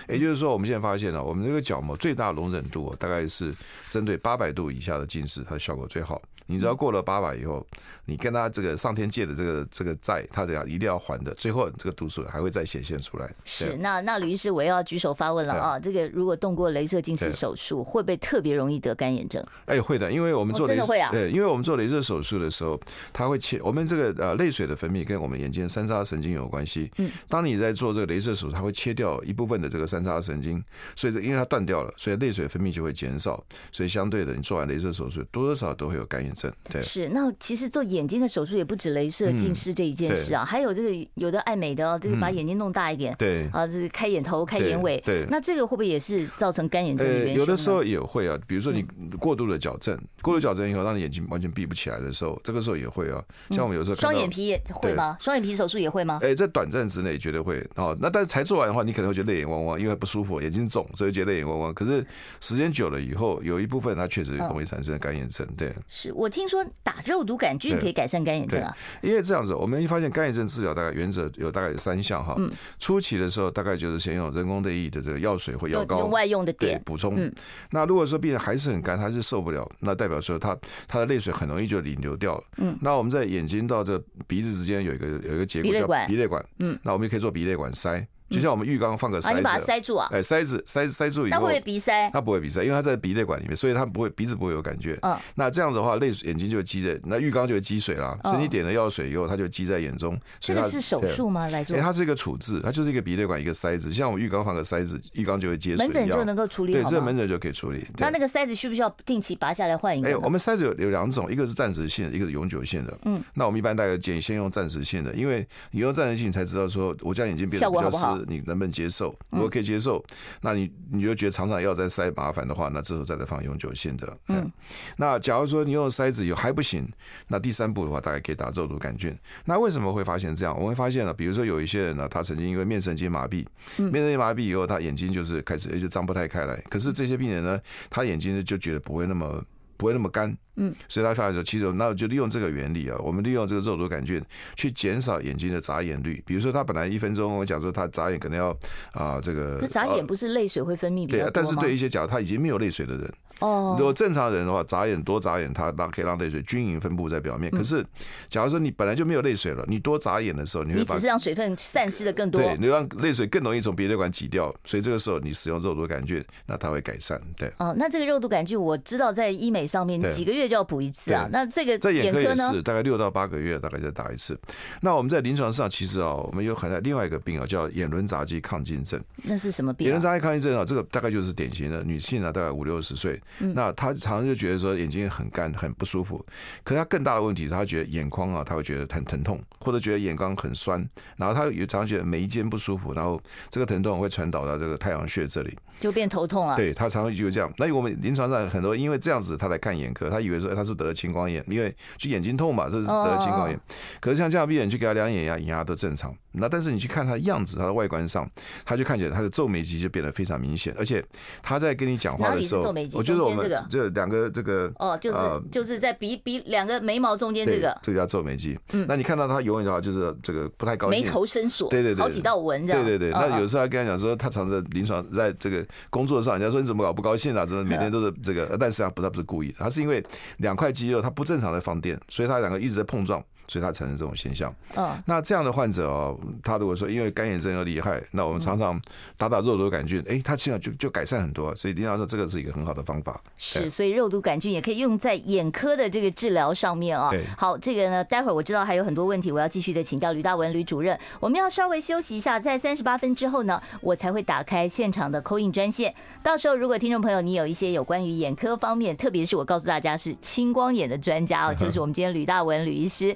[SPEAKER 5] 也就是说，我们现在发现了，我们这个角膜最大容忍度、哦、大概是针对八百度以下的近视，它的效果最好。你只要过了八百以后，你跟他这个上天借的这个这个债，他得要一定要还的，最后这个度数还会再显现出来。
[SPEAKER 4] 是，
[SPEAKER 5] 对
[SPEAKER 4] 那那吕医师，我又要举手发问了啊！这个如果动过镭射近视
[SPEAKER 5] 对
[SPEAKER 4] 手术，会不会特别容易得干眼症？
[SPEAKER 5] 哎，会的，因为我们
[SPEAKER 4] 哦
[SPEAKER 5] 做
[SPEAKER 4] 真
[SPEAKER 5] 镭
[SPEAKER 4] 的会啊
[SPEAKER 5] 射，对，因为我们做镭射手术的时候，它会切我们这个呃泪水的分泌跟我们眼睛的三叉神经有关系。嗯，当你在做这个镭射手术，它会切掉一部分的这个三叉神经，所以这因为它断掉了，所以泪水分泌就会减少，所以相对的，你做完镭射手术，多多少少都会有干眼症。对，嗯
[SPEAKER 4] 是，那其实做眼睛的手术也不止镭射近视这一件事啊，还有这个有的爱美的哦，这个把眼睛弄大一点，
[SPEAKER 5] 对
[SPEAKER 4] 啊，这个开眼头、开眼尾，
[SPEAKER 5] 对对呃
[SPEAKER 4] 那这个会不会也是造成干眼症的元凶呢？嗯
[SPEAKER 5] 有的时候也会啊，比如说你过度的矫正，过度矫正以后，让你眼睛完全闭不起来的时候，这个时候也会啊。像我们有时候看
[SPEAKER 4] 嗯双
[SPEAKER 5] 到
[SPEAKER 4] 眼皮也会吗？双眼皮手术也会吗？
[SPEAKER 5] 哎、在短暂之内绝对会哦。那但是才做完的话，你可能会觉得泪眼汪汪，因为不舒服，眼睛肿，所以觉得泪眼汪汪。可是时间久了以后，有一部分它确实容易产生干眼症，对。
[SPEAKER 4] 是我听说打肉毒杆菌
[SPEAKER 5] 对
[SPEAKER 4] 可以改善干眼症啊，
[SPEAKER 5] 因为这样子，我们一发现干眼症治疗大概原则有大概有三项哈。初期的时候，大概就是先用人工泪液的这个药水或药
[SPEAKER 4] 用
[SPEAKER 5] 膏
[SPEAKER 4] 用外用的
[SPEAKER 5] 对
[SPEAKER 4] 点，
[SPEAKER 5] 补充。那如果说病人还是很干，还是受不了，那代表说他他的泪水很容易就引流掉了。嗯，那我们在眼睛到这鼻子之间有一个有一个结
[SPEAKER 4] 鼻
[SPEAKER 5] 构
[SPEAKER 4] 泪
[SPEAKER 5] 叫
[SPEAKER 4] 管
[SPEAKER 5] 鼻泪管，嗯，那我们也可以做鼻泪管塞，就像我们浴缸放个
[SPEAKER 4] 啊，
[SPEAKER 5] 塞
[SPEAKER 4] 你
[SPEAKER 5] 子，
[SPEAKER 4] 把它塞住啊，
[SPEAKER 5] 哎，塞子塞塞住以
[SPEAKER 4] 那会不，
[SPEAKER 5] 后
[SPEAKER 4] 会鼻塞？
[SPEAKER 5] 它不会鼻塞，因为它在鼻泪管里面，所以它不会鼻子不会有感觉。
[SPEAKER 4] 嗯
[SPEAKER 5] 那这样子的话，泪水眼睛就会积在，那浴缸就会积水啦，所以你
[SPEAKER 4] 嗯
[SPEAKER 5] 点了药水以后，它就积在眼中。
[SPEAKER 4] 这
[SPEAKER 5] 所以
[SPEAKER 4] 个
[SPEAKER 5] 它
[SPEAKER 4] 是手
[SPEAKER 5] 对
[SPEAKER 4] 术吗？来做
[SPEAKER 5] 哎、？它是一个处置，它就是一个鼻泪管一个塞子，像我们浴缸放个塞子，浴缸就会接水一样。
[SPEAKER 4] 门诊就能够处理
[SPEAKER 5] 对，
[SPEAKER 4] 好
[SPEAKER 5] 这个
[SPEAKER 4] 吗？
[SPEAKER 5] 门诊就可以处理。对
[SPEAKER 4] 那那个塞子需不需要定期拔下来换一个
[SPEAKER 5] 哎、
[SPEAKER 4] 呢？
[SPEAKER 5] 我们塞子有有两种，一个是暂时性的，一个是永久性的。嗯，那我们一般大概建议先用暂时性的，因为你用暂时性，你才知道说我这样眼睛变
[SPEAKER 4] 效
[SPEAKER 5] 得比
[SPEAKER 4] 果好不
[SPEAKER 5] 较
[SPEAKER 4] 好嗯
[SPEAKER 5] 湿，你能不能接受？如果可以接受，那你你就觉得常常要再塞麻烦的话，那之后再来放永久性的。嗯，那假如说你用塞子有还不行，那第三步的话，大概可以打肉毒杆菌。那为什么会发现这样？我们会发现了，比如说有一些人呢，他曾经因为面神经麻痹，面神经麻痹以后，他眼睛就是开始哎就张不太开来。可是这些病人呢，他眼睛就觉得不会那么不会那么干，嗯，所以他发现说，其实我们那就利用这个原理啊，我们利用这个肉毒杆菌去减少眼睛的眨眼率。比如说他本来一分钟，我讲说他眨眼可能要啊、这个
[SPEAKER 4] 可眨眼不是泪水会分泌比
[SPEAKER 5] 对
[SPEAKER 4] 较多
[SPEAKER 5] 啊
[SPEAKER 4] 吗？，
[SPEAKER 5] 但是对一些假如他已经没有泪水的人，
[SPEAKER 4] 哦
[SPEAKER 5] 如果正常人的话，眨眼多眨眼，它让可以让泪水均匀分布在表
[SPEAKER 4] 嗯
[SPEAKER 5] 面。可是，假如说你本来就没有泪水了，你多眨眼的时候，你会
[SPEAKER 4] 你
[SPEAKER 5] 把
[SPEAKER 4] 只是让水分散失的更多。
[SPEAKER 5] 对，你让泪水更容易从鼻泪管挤掉，所以这个时候你使用肉毒杆菌，那它会改善。对，
[SPEAKER 4] 哦，那这个肉毒杆菌我知道在医美上面
[SPEAKER 5] 对
[SPEAKER 4] 几个月就要补一次啊
[SPEAKER 5] 对。
[SPEAKER 4] 那这个
[SPEAKER 5] 在眼科也
[SPEAKER 4] 呢？
[SPEAKER 5] 是，大概六到八个月，大概再打一次。那我们在临床上其实啊，我们有很大另外一个病啊，叫眼轮匝肌亢进症。
[SPEAKER 4] 那是什么病、
[SPEAKER 5] 眼轮
[SPEAKER 4] 啊？
[SPEAKER 5] 匝肌亢进症啊，这个大概就是典型的女性啊，大概五六十岁，那她常常就觉得说眼睛很干、很不舒服。可是她更大的问题，是她觉得眼眶啊，她会觉得很疼痛，或者觉得眼眶很酸，然后她也常常觉得眉间不舒服，然后这个疼痛会传导到这个太阳穴这里。
[SPEAKER 4] 就变头痛了。
[SPEAKER 5] 对他常常就这样。那我们临床上很多因为这样子他来看眼科，他以为说哎他是得了青光眼，因为就眼睛痛嘛，这是
[SPEAKER 4] 哦
[SPEAKER 5] 得了青光眼。可是像这样闭眼去给他量眼压，眼压都正常。那但是你去看他的样子，他的外观上，他就看起来他的皱眉肌就变得非常明显，而且他在跟你讲话
[SPEAKER 4] 哪
[SPEAKER 5] 的
[SPEAKER 4] 里
[SPEAKER 5] 时
[SPEAKER 4] 是
[SPEAKER 5] 候
[SPEAKER 4] 皱眉，肌
[SPEAKER 5] 我觉得
[SPEAKER 4] 中
[SPEAKER 5] 我
[SPEAKER 4] 间
[SPEAKER 5] 们
[SPEAKER 4] 这个
[SPEAKER 5] 这两个这个
[SPEAKER 4] 哦，就是、
[SPEAKER 5] 呃
[SPEAKER 4] 就是在鼻鼻两个眉毛中间
[SPEAKER 5] 对
[SPEAKER 4] 这个
[SPEAKER 5] 这个叫皱眉肌。
[SPEAKER 4] 嗯
[SPEAKER 5] 那你看到他永远的话就是这个不太高兴，
[SPEAKER 4] 眉头深锁，
[SPEAKER 5] 对对对
[SPEAKER 4] 好几道纹这样。
[SPEAKER 5] 对对对，
[SPEAKER 4] 哦
[SPEAKER 5] 那
[SPEAKER 4] 哦
[SPEAKER 5] 有时候还跟他讲说，他常在临床在这个工作上，人家说你怎么搞不高兴啊？怎么每
[SPEAKER 4] 嗯
[SPEAKER 5] 天都是这个？呃但是他不是他不是故意的，他是因为两块肌肉它不正常的放电，所以他两个一直在碰撞。所以它产生这种现象。
[SPEAKER 4] 嗯，
[SPEAKER 5] 那这样的患者哦，他如果说因为干眼症而厉害，那我们常
[SPEAKER 4] 嗯
[SPEAKER 5] 常打打肉毒杆菌，哎，他现在就就改善很多。所以临床上这个是一个很好的方法。
[SPEAKER 4] 是，
[SPEAKER 5] 对
[SPEAKER 4] 所以肉毒杆菌也可以用在眼科的这个治疗上面啊
[SPEAKER 5] 对。
[SPEAKER 4] 好，这个呢，待会儿我知道还有很多问题，我要继续的请教吕大文吕主任。我们要稍微休息一下，在三十八分之后呢，我才会打开现场的扣印专线。到时候如果听众朋友你有一些有关于眼科方面，特别是我告诉大家是青光眼的专家 啊，就是我们今天吕大文吕医师。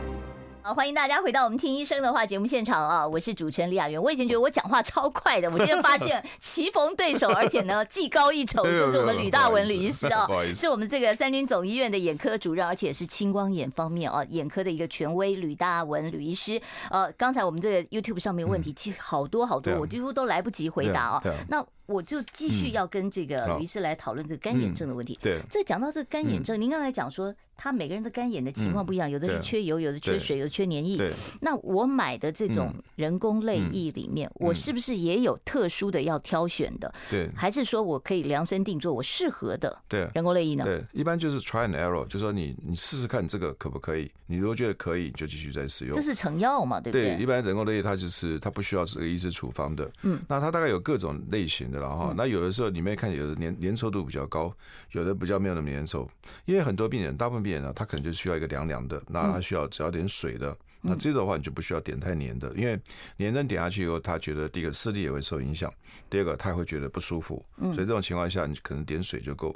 [SPEAKER 4] 好，欢迎大家回到我们听医生的话节目现场啊！我是主持人李雅媛。我以前觉得我讲话超快的，我今天发 现棋逢对手，而且呢技高一筹，
[SPEAKER 5] 没有
[SPEAKER 4] 就是我们吕大文吕医师啊
[SPEAKER 5] 不好意，思
[SPEAKER 4] 是我们这个三军总医院的眼科主任，而且是青光眼方面啊眼科的一个权威吕大文吕医师。呃，刚才我们这个 YouTube 上面问题其实好多好多，
[SPEAKER 5] 嗯对啊
[SPEAKER 4] 我几乎都来不及回答啊
[SPEAKER 5] 对啊对啊。
[SPEAKER 4] 那我就继续要跟这个
[SPEAKER 5] 好嗯
[SPEAKER 4] 吕医师来讨论这个干眼症的问题。
[SPEAKER 5] 对，
[SPEAKER 4] 这讲到这个干眼症，您刚才讲说，他每个人的干眼的情况不一样，有的
[SPEAKER 5] 嗯对
[SPEAKER 4] 是缺油，有的缺
[SPEAKER 5] 对
[SPEAKER 4] 水，有的缺粘液。
[SPEAKER 5] 对，嗯
[SPEAKER 4] 那我买的这种人工泪液里面，我是不是也有特殊的要挑选的？
[SPEAKER 5] 对，
[SPEAKER 4] 还是说我可以量身定做我适合的
[SPEAKER 5] 对。
[SPEAKER 4] 人工泪液呢？
[SPEAKER 5] 对，一般就是 try and error，就说你你试试看这个可不可以，你如果觉得可以，你就继续再使用。
[SPEAKER 4] 这是成药嘛，对不
[SPEAKER 5] 对，
[SPEAKER 4] 对？
[SPEAKER 5] 一般人工泪液它就是它不需要这个医师处方的，嗯，那它大概有各种类型的了哈。那有的时候你们看，有的粘粘稠度比较高，有的比较没有那么粘稠，因为很多病人，大部分病人呢、他可能就需要一个凉凉的，那他需要只要点水的。那这种的话，你就不需要点太黏的，因为黏针点下去以后，他觉得第一个视力也会受影响，第二个他会觉得不舒服，所以这种情况下，你可能点水就够。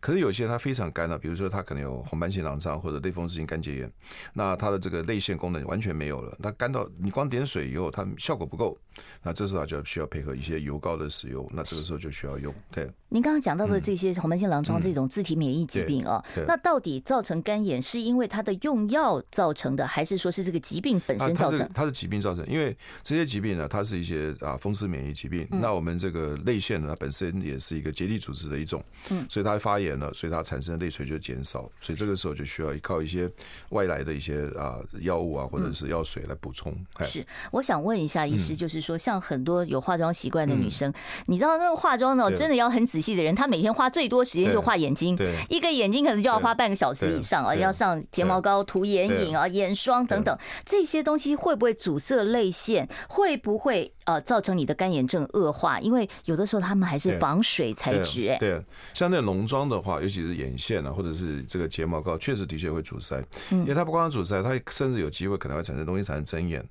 [SPEAKER 5] 可是有些人他非常干啊了，比如说他可能有红斑性狼疮或者类风湿性关节炎，那它的这个泪腺功能完全没有了。那干到你光点水以后，它效果不够，那这时候就需要配合一些油膏的使用。那这个时候就需要用，对，
[SPEAKER 4] 您刚刚讲到的这些红斑性狼疮这种自体免疫疾病啊
[SPEAKER 5] 嗯对，对
[SPEAKER 4] 那到底造成干眼是因为它的用药造成的，还是说是这个疾病本
[SPEAKER 5] 它
[SPEAKER 4] 身
[SPEAKER 5] 啊它
[SPEAKER 4] 造
[SPEAKER 5] 是
[SPEAKER 4] 成？
[SPEAKER 5] 它是疾病造成，因为这些疾病呢，它是一些啊风湿免疫疾
[SPEAKER 4] 嗯
[SPEAKER 5] 病。那我们这个泪腺呢，它本身也是一个结缔组织的一种，
[SPEAKER 4] 嗯
[SPEAKER 5] 所以它发炎了，所以它产生的泪水就减少，所以这个时候就需要依靠一些外来的一些啊药物啊或者是药水来补充。哎嗯
[SPEAKER 4] 是，我想问一下医师，就是说，像很多有化妆习惯的女生，你知道那个化妆呢，
[SPEAKER 5] 对
[SPEAKER 4] 真的要很仔细的人，她每天花最多时间就
[SPEAKER 5] 对
[SPEAKER 4] 画眼睛
[SPEAKER 5] 对，
[SPEAKER 4] 一个眼睛可能就要花半个小时
[SPEAKER 5] 对
[SPEAKER 4] 以上啊，
[SPEAKER 5] 对
[SPEAKER 4] 要上睫毛膏、涂眼
[SPEAKER 5] 对
[SPEAKER 4] 影啊、眼霜等等，这些东西会不会阻塞泪腺？会不会呃造成你的干眼症恶化？因为有的时候他们还是
[SPEAKER 5] 对
[SPEAKER 4] 防水材
[SPEAKER 5] 对啊
[SPEAKER 4] 质，哎，
[SPEAKER 5] 对，像那种浓妆的话，尤其是眼线啊，或者是这个睫毛膏，确实的确会阻塞，
[SPEAKER 4] 嗯
[SPEAKER 5] 因为它不光阻塞，它甚至有机会可能会产生东西产生针眼。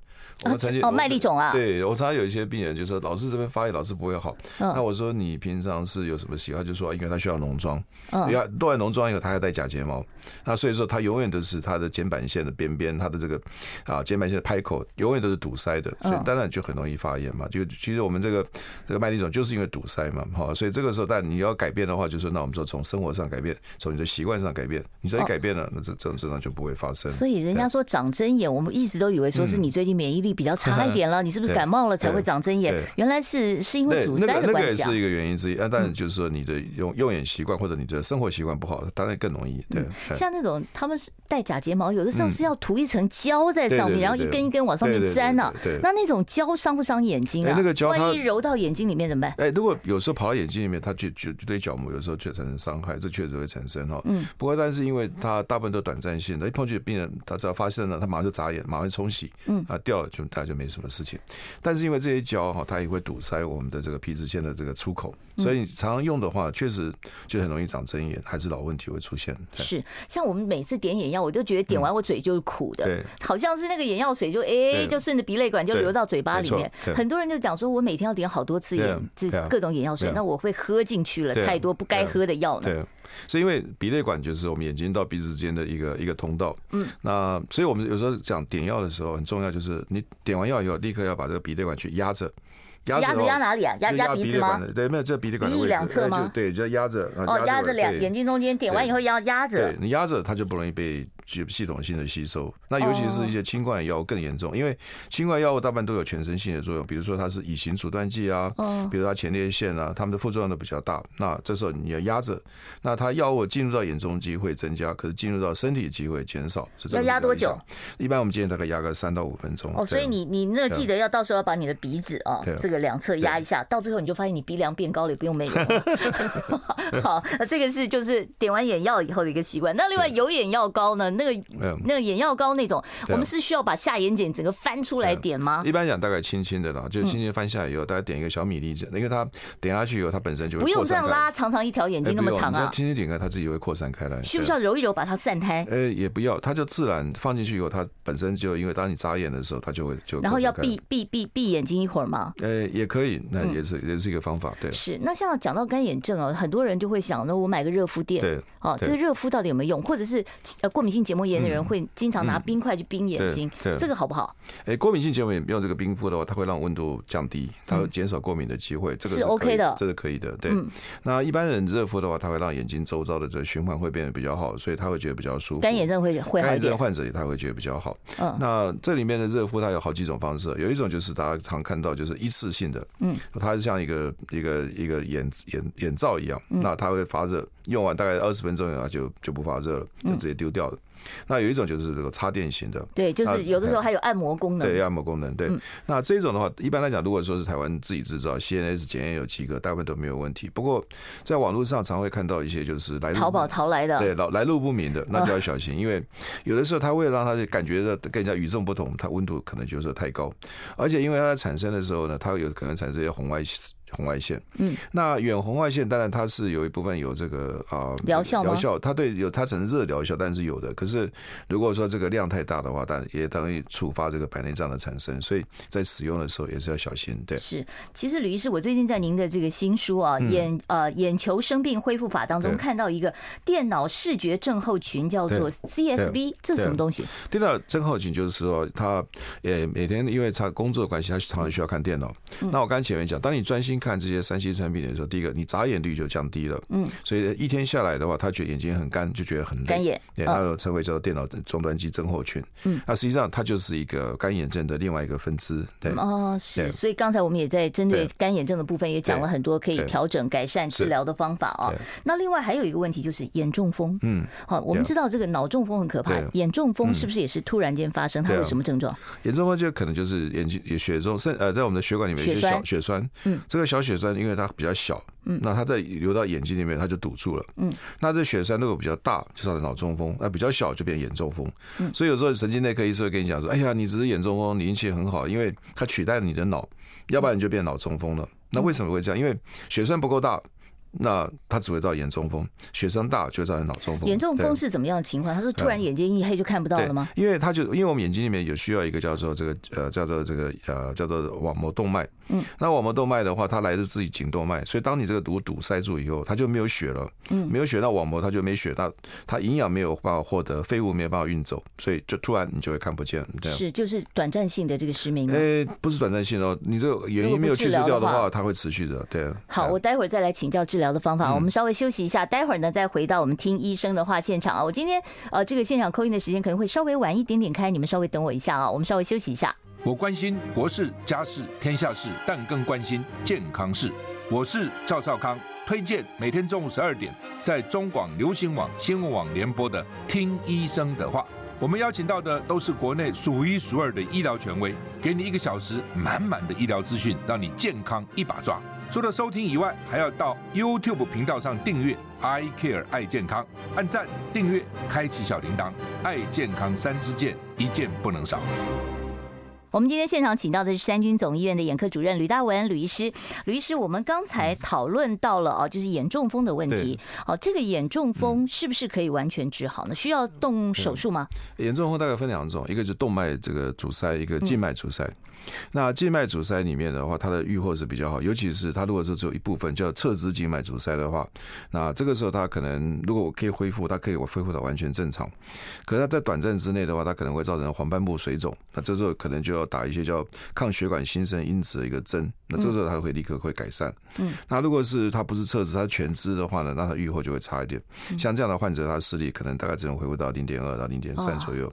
[SPEAKER 5] 我们曾经
[SPEAKER 4] 哦
[SPEAKER 5] 我们
[SPEAKER 4] 麦粒肿啊
[SPEAKER 5] 对我常常有一些病人就说，老师这边发炎，老师不会好。
[SPEAKER 4] 嗯
[SPEAKER 5] 那我说你平常是有什么喜好？就说因为他需要浓妆，
[SPEAKER 4] 嗯
[SPEAKER 5] 因为做完浓妆以后，他还戴假睫毛，那所以说他永远都是他的肩膀线的边边，他的这个啊肩膀线的拍口永远都是堵塞的，所以
[SPEAKER 4] 嗯
[SPEAKER 5] 当然就很容易发炎。炎嘛，就其实我们这个这个麦粒肿就是因为堵塞嘛，好，所以这个时候，但你要改变的话，就是那我们说从生活上改变，从你的习惯上改变，你只要一改变了，那这这种症状就不会发生。
[SPEAKER 4] 哦所以人家说长针眼，我们一直都以为说是你最近免疫力比较差一点了，你是不是感冒了才会长针眼
[SPEAKER 5] 嗯对？
[SPEAKER 4] 原来是是因为
[SPEAKER 5] 对，
[SPEAKER 4] 阻
[SPEAKER 5] 那
[SPEAKER 4] 塞
[SPEAKER 5] 个
[SPEAKER 4] 的
[SPEAKER 5] 那个也
[SPEAKER 4] 关系啊嗯
[SPEAKER 5] 是。一个原因之一啊，但是就是说你的用用眼习惯或者你的生活习惯不好，当然更容易。对，对
[SPEAKER 4] 嗯
[SPEAKER 5] 嗯
[SPEAKER 4] 像那种他们是戴假睫毛，有的时候是要涂一层胶在上面，
[SPEAKER 5] 对对对
[SPEAKER 4] 然后一根一根往上面
[SPEAKER 5] 对对对
[SPEAKER 4] 粘啊
[SPEAKER 5] 对对对。
[SPEAKER 4] 那那种胶伤不伤眼睛啊
[SPEAKER 5] 哎？那个胶它
[SPEAKER 4] 万一揉到眼睛里面怎么办？
[SPEAKER 5] 哎、如果有时候跑到眼睛里面，它就就就对角膜有时候却产生伤害，这确实会产生哈。嗯。不过，但是因为它大部分都短暂性的，一碰见病人，他只要发现了，他马上就眨眼，马上冲洗，嗯，啊掉了就大家就没什么事情。但是因为这些胶哈，它也会堵塞我们的这个皮脂腺的这个出口，所以你常常用的话，确实就很容易长针眼，还是老问题会出现。哎
[SPEAKER 4] 是，像我们每次点眼药，我就觉得点完我嘴就是苦的，
[SPEAKER 5] 对
[SPEAKER 4] 好像是那个眼药水就哎、
[SPEAKER 5] 对
[SPEAKER 4] 就顺着鼻泪管就流到嘴巴里
[SPEAKER 5] 对没
[SPEAKER 4] 面
[SPEAKER 5] 错对。
[SPEAKER 4] 很多人就讲说，我每天要点好多次
[SPEAKER 5] 对
[SPEAKER 4] 眼，这
[SPEAKER 5] 对啊
[SPEAKER 4] 各种眼药水
[SPEAKER 5] 对啊，
[SPEAKER 4] 那我会喝进去了
[SPEAKER 5] 对啊
[SPEAKER 4] 太多不该喝的药呢。
[SPEAKER 5] 对，是因为鼻泪管就是我们眼睛到鼻子之间的一个一个通道。嗯，那所以我们有时候讲点药的时候，很重要就是你点完药以后，立刻要把这个鼻泪管去压着。
[SPEAKER 4] 压着
[SPEAKER 5] 哦
[SPEAKER 4] 压哪里啊？压
[SPEAKER 5] 就
[SPEAKER 4] 压
[SPEAKER 5] 鼻
[SPEAKER 4] 鼻
[SPEAKER 5] 泪
[SPEAKER 4] 子
[SPEAKER 5] 管
[SPEAKER 4] 吗？
[SPEAKER 5] 的，对，没有，这鼻泪管的
[SPEAKER 4] 鼻翼
[SPEAKER 5] 位置，
[SPEAKER 4] 两侧
[SPEAKER 5] 哎就
[SPEAKER 4] 吗
[SPEAKER 5] 对，就压着。啊
[SPEAKER 4] 哦，压着两
[SPEAKER 5] 对
[SPEAKER 4] 眼睛中间，点完以后要压着
[SPEAKER 5] 对。你压着它就不容易被系系统性的吸收。那尤其
[SPEAKER 4] 哦
[SPEAKER 5] 是一些清冠药物更严重，因为清冠药物大半都有全身性的作用，比如说它是乙型阻断剂啊，
[SPEAKER 4] 哦
[SPEAKER 5] 比如它前列腺啊，它们的副作用都比较大。那这时候你要压着，那它药物进入到眼中机会增加，可是进入到身体的机会减少。是这么
[SPEAKER 4] 要压
[SPEAKER 5] 一个
[SPEAKER 4] 多
[SPEAKER 5] 影响
[SPEAKER 4] 久？
[SPEAKER 5] 一般我们建议大概压个三到五分钟。
[SPEAKER 4] 哦，所以
[SPEAKER 5] 对
[SPEAKER 4] 你你那
[SPEAKER 5] 对
[SPEAKER 4] 记得要到时候要把你的鼻子啊
[SPEAKER 5] 对啊，
[SPEAKER 4] 这个两侧压一下，到最后你就发现你鼻梁变高了，也不 用美容 了。好，那这个是就是点完眼药以后的一个习惯。那另外有眼药膏呢，那个
[SPEAKER 5] 嗯
[SPEAKER 4] 那个眼药膏那种，
[SPEAKER 5] 对啊
[SPEAKER 4] 我们是需要把下眼睑整个翻出来点吗？
[SPEAKER 5] 一般讲大概轻轻的啦，就轻
[SPEAKER 4] 嗯
[SPEAKER 5] 轻翻下来以后，大概点一个小米粒子，因为它点下去以后，它本身就会
[SPEAKER 4] 不用
[SPEAKER 5] 扩
[SPEAKER 4] 这
[SPEAKER 5] 散
[SPEAKER 4] 样
[SPEAKER 5] 开来
[SPEAKER 4] 拉长长一条眼
[SPEAKER 5] 哎
[SPEAKER 4] 睛那
[SPEAKER 5] 不
[SPEAKER 4] 么
[SPEAKER 5] 用
[SPEAKER 4] 长
[SPEAKER 5] 你只要
[SPEAKER 4] 啊，
[SPEAKER 5] 轻轻点开，它自己会扩散开来。
[SPEAKER 4] 需不
[SPEAKER 5] 对
[SPEAKER 4] 需要揉一揉把它散开？
[SPEAKER 5] 呃，也不要，它就自然放进去以后，它本身就因为当你眨眼的时候，它就会就
[SPEAKER 4] 然后要
[SPEAKER 5] 扩散开
[SPEAKER 4] 闭闭闭闭眼睛一会儿吗？
[SPEAKER 5] 来。呃，也可以，那也是、也是一个方法，对
[SPEAKER 4] 嗯是，那像讲到干眼症啊，很多人就会想，那我买个热敷垫，
[SPEAKER 5] 对
[SPEAKER 4] 哦，这
[SPEAKER 5] 对嗯
[SPEAKER 4] 个热敷到底有没有用？或者是呃，过敏性结膜炎的人会经常拿冰块去冰眼睛，
[SPEAKER 5] 对对
[SPEAKER 4] 这个好不好？
[SPEAKER 5] 哎，过敏性结膜炎用这个冰敷的话，它会让温度降低，它会减少过敏的机会，这个
[SPEAKER 4] 嗯是
[SPEAKER 5] 可以
[SPEAKER 4] OK 的
[SPEAKER 5] 这是可以的。对
[SPEAKER 4] 嗯，
[SPEAKER 5] 那一般人热敷的话，它会让眼睛周遭的这个循环会变得比较好，所以他会觉得比较舒服。
[SPEAKER 4] 干眼症会会
[SPEAKER 5] 干
[SPEAKER 4] 好一
[SPEAKER 5] 眼症
[SPEAKER 4] 点。
[SPEAKER 5] 患者他会觉得比较好。
[SPEAKER 4] 嗯
[SPEAKER 5] 那这里面的热敷它有好几种方式，有一种就是大家常看到就是一次性的，嗯，它是像一个一个一个眼眼眼罩一样，
[SPEAKER 4] 嗯
[SPEAKER 5] 那它会发热，用完大概二十分钟以后它就就不发热了，
[SPEAKER 4] 嗯
[SPEAKER 5] 就直接丢掉了。那有一种就是这个插电型的。
[SPEAKER 4] 对，就
[SPEAKER 5] 啊
[SPEAKER 4] 是有的时候还有按摩功能。嗯
[SPEAKER 5] 对按摩功能，对。那这种的话，一般来讲，如果说是台湾自己制造，CNS 检验有及格，大部分都没有问题。不过在网络上常会看到一些就是来路
[SPEAKER 4] 淘宝淘来的，哦
[SPEAKER 5] 对，老来路不明的，那就要小心，因为有的时候它会让它感觉到更加与众不同，它温度可能就是太高，而且因为它在产生的时候呢，它有可能产生一些红外红外线。嗯，那远红外线当然它是有一部分有这个啊、
[SPEAKER 4] 疗效吗
[SPEAKER 5] 疗效它对有它产生热疗效，但是有的。可是如果说这个量太大的话，当然也容易触发这个白内障的产生，所以在使用的时候也是要小心。对，
[SPEAKER 4] 是。其实吕医师，我最近在您的这个新书啊《眼呃眼球生病恢复法》当中
[SPEAKER 5] 嗯对
[SPEAKER 4] 看到一个电脑视觉症候群，叫
[SPEAKER 5] 对
[SPEAKER 4] 做 CSV，这是什么东西？
[SPEAKER 5] 电脑症候群就是说，他也每天因为他工作的关系，他常常需要看电脑。
[SPEAKER 4] 嗯
[SPEAKER 5] 那我刚才前面讲，当你专心看这些三 C 产品的时候，第一个你眨眼率就降低了，嗯，所以一天下来的话，他觉得眼睛很干，就觉得很累，
[SPEAKER 4] 干眼
[SPEAKER 5] 对，
[SPEAKER 4] 嗯
[SPEAKER 5] 它有称为叫做电脑终端肌症候群。嗯，那实际上它就是一个干眼症的另外一个分支，对，
[SPEAKER 4] 哦，是，
[SPEAKER 5] 对
[SPEAKER 4] 所以刚才我们也在针对
[SPEAKER 5] 对
[SPEAKER 4] 干眼症的部分也讲了很多可以
[SPEAKER 5] 对
[SPEAKER 4] 调整、改善治
[SPEAKER 5] 是
[SPEAKER 4] 疗的方法啊
[SPEAKER 5] 对。
[SPEAKER 4] 那另外还有一个问题就是眼中风，
[SPEAKER 5] 嗯，
[SPEAKER 4] 好，我们
[SPEAKER 5] 对
[SPEAKER 4] 知道这个脑中风很可怕
[SPEAKER 5] 对，啊嗯
[SPEAKER 4] 眼中风是不是也是突然间发生？它
[SPEAKER 5] 对啊
[SPEAKER 4] 会什么症状？
[SPEAKER 5] 严重风就可能就是眼睛也血中，甚呃，在我们的血管里面有一些
[SPEAKER 4] 血栓
[SPEAKER 5] 小血栓。嗯，这个小血栓因为它比较小，嗯，那它在流到眼睛里面，它就堵住了。嗯，那这血栓如果比较大，就造成脑中风；那比较小就变眼中风。嗯，所以有时候神经内科医师会跟你讲说：“哎呀，你只是眼中风，你运气很好，因为它嗯取代了你的脑，要不然你就变脑中风了。”那为什么会这样？因为血栓不够大。那它只会造眼中风，血栓大就会造成脑中风。
[SPEAKER 4] 眼中
[SPEAKER 5] 对
[SPEAKER 4] 风是怎么样的情况？他是突然眼睛一黑就看不到
[SPEAKER 5] 对
[SPEAKER 4] 了吗？？
[SPEAKER 5] 因为它就因为我们眼睛里面有需要一个叫做这个呃叫做这个呃叫做网膜动脉，
[SPEAKER 4] 嗯，
[SPEAKER 5] 那网膜动脉的话，它来自自己颈动脉，所以当你这个毒堵塞住以后，它就没有血了，
[SPEAKER 4] 嗯
[SPEAKER 5] 没有血到网膜，它就没血到，它营养没有办法获得，废物没有办法运走，所以就突然你就会看不见，这样。
[SPEAKER 4] 是，就是短暂性的这个失明吗。
[SPEAKER 5] 诶，不是短暂性哦，你这个原因没有去除掉
[SPEAKER 4] 如果不治
[SPEAKER 5] 的
[SPEAKER 4] 疗的话
[SPEAKER 5] 话，它会持续的。对，啊
[SPEAKER 4] 好，我待会儿再来请教治疗的
[SPEAKER 5] 嗯
[SPEAKER 4] 方法。我们稍微休息一下，待会儿呢再回到我们听医生的话现场啊。我今天呃这个现场扣音的时间可能会稍微晚一点点开，你们稍微等我一下啊，我们稍微休息一下。
[SPEAKER 6] 我关心国事、家事、天下事，但更关心健康事。我是赵少康，推荐每天中午十二点在中广流行网、新闻网联播的《听医生的话》。我们邀请到的都是国内数一数二的医疗权威，给你一个小时满满的医疗资讯，让你健康一把抓。除了收听以外，还要到 YouTube 频道上订阅 “I Care 爱健康”，按赞、订阅、开启小铃铛，爱健康三支箭，一箭不能少。
[SPEAKER 4] 我们今天现场请到的是三军总医院的眼科主任吕大文吕医师。吕医师，我们刚才讨论到了哦，就是眼中风的问题
[SPEAKER 5] 嗯对。嗯
[SPEAKER 4] 哦，这个眼中风是不是可以完全治好呢？需要动手术吗？
[SPEAKER 5] 严重后大概分两种，一个就是动脉这个阻塞，一个静脉阻塞。那静脉阻塞里面的话，它的预后是比较好，尤其是它如果是只有一部分叫侧支静脉阻塞的话，那这个时候它可能如果我可以恢复，它可以我恢复到完全正常。可是它在短暂之内的话，它可能会造成黄斑部水肿，那这时候可能就要打一些叫抗血管新生因子的一个针，那这个时候它会立刻会改善。
[SPEAKER 4] 嗯，
[SPEAKER 5] 那如果是它不是侧支，它是全支的话呢，那它预后就会差一点。像这样的患者，他的视力可能大概只能恢复到零点二到零点
[SPEAKER 4] 哇
[SPEAKER 5] 三左右。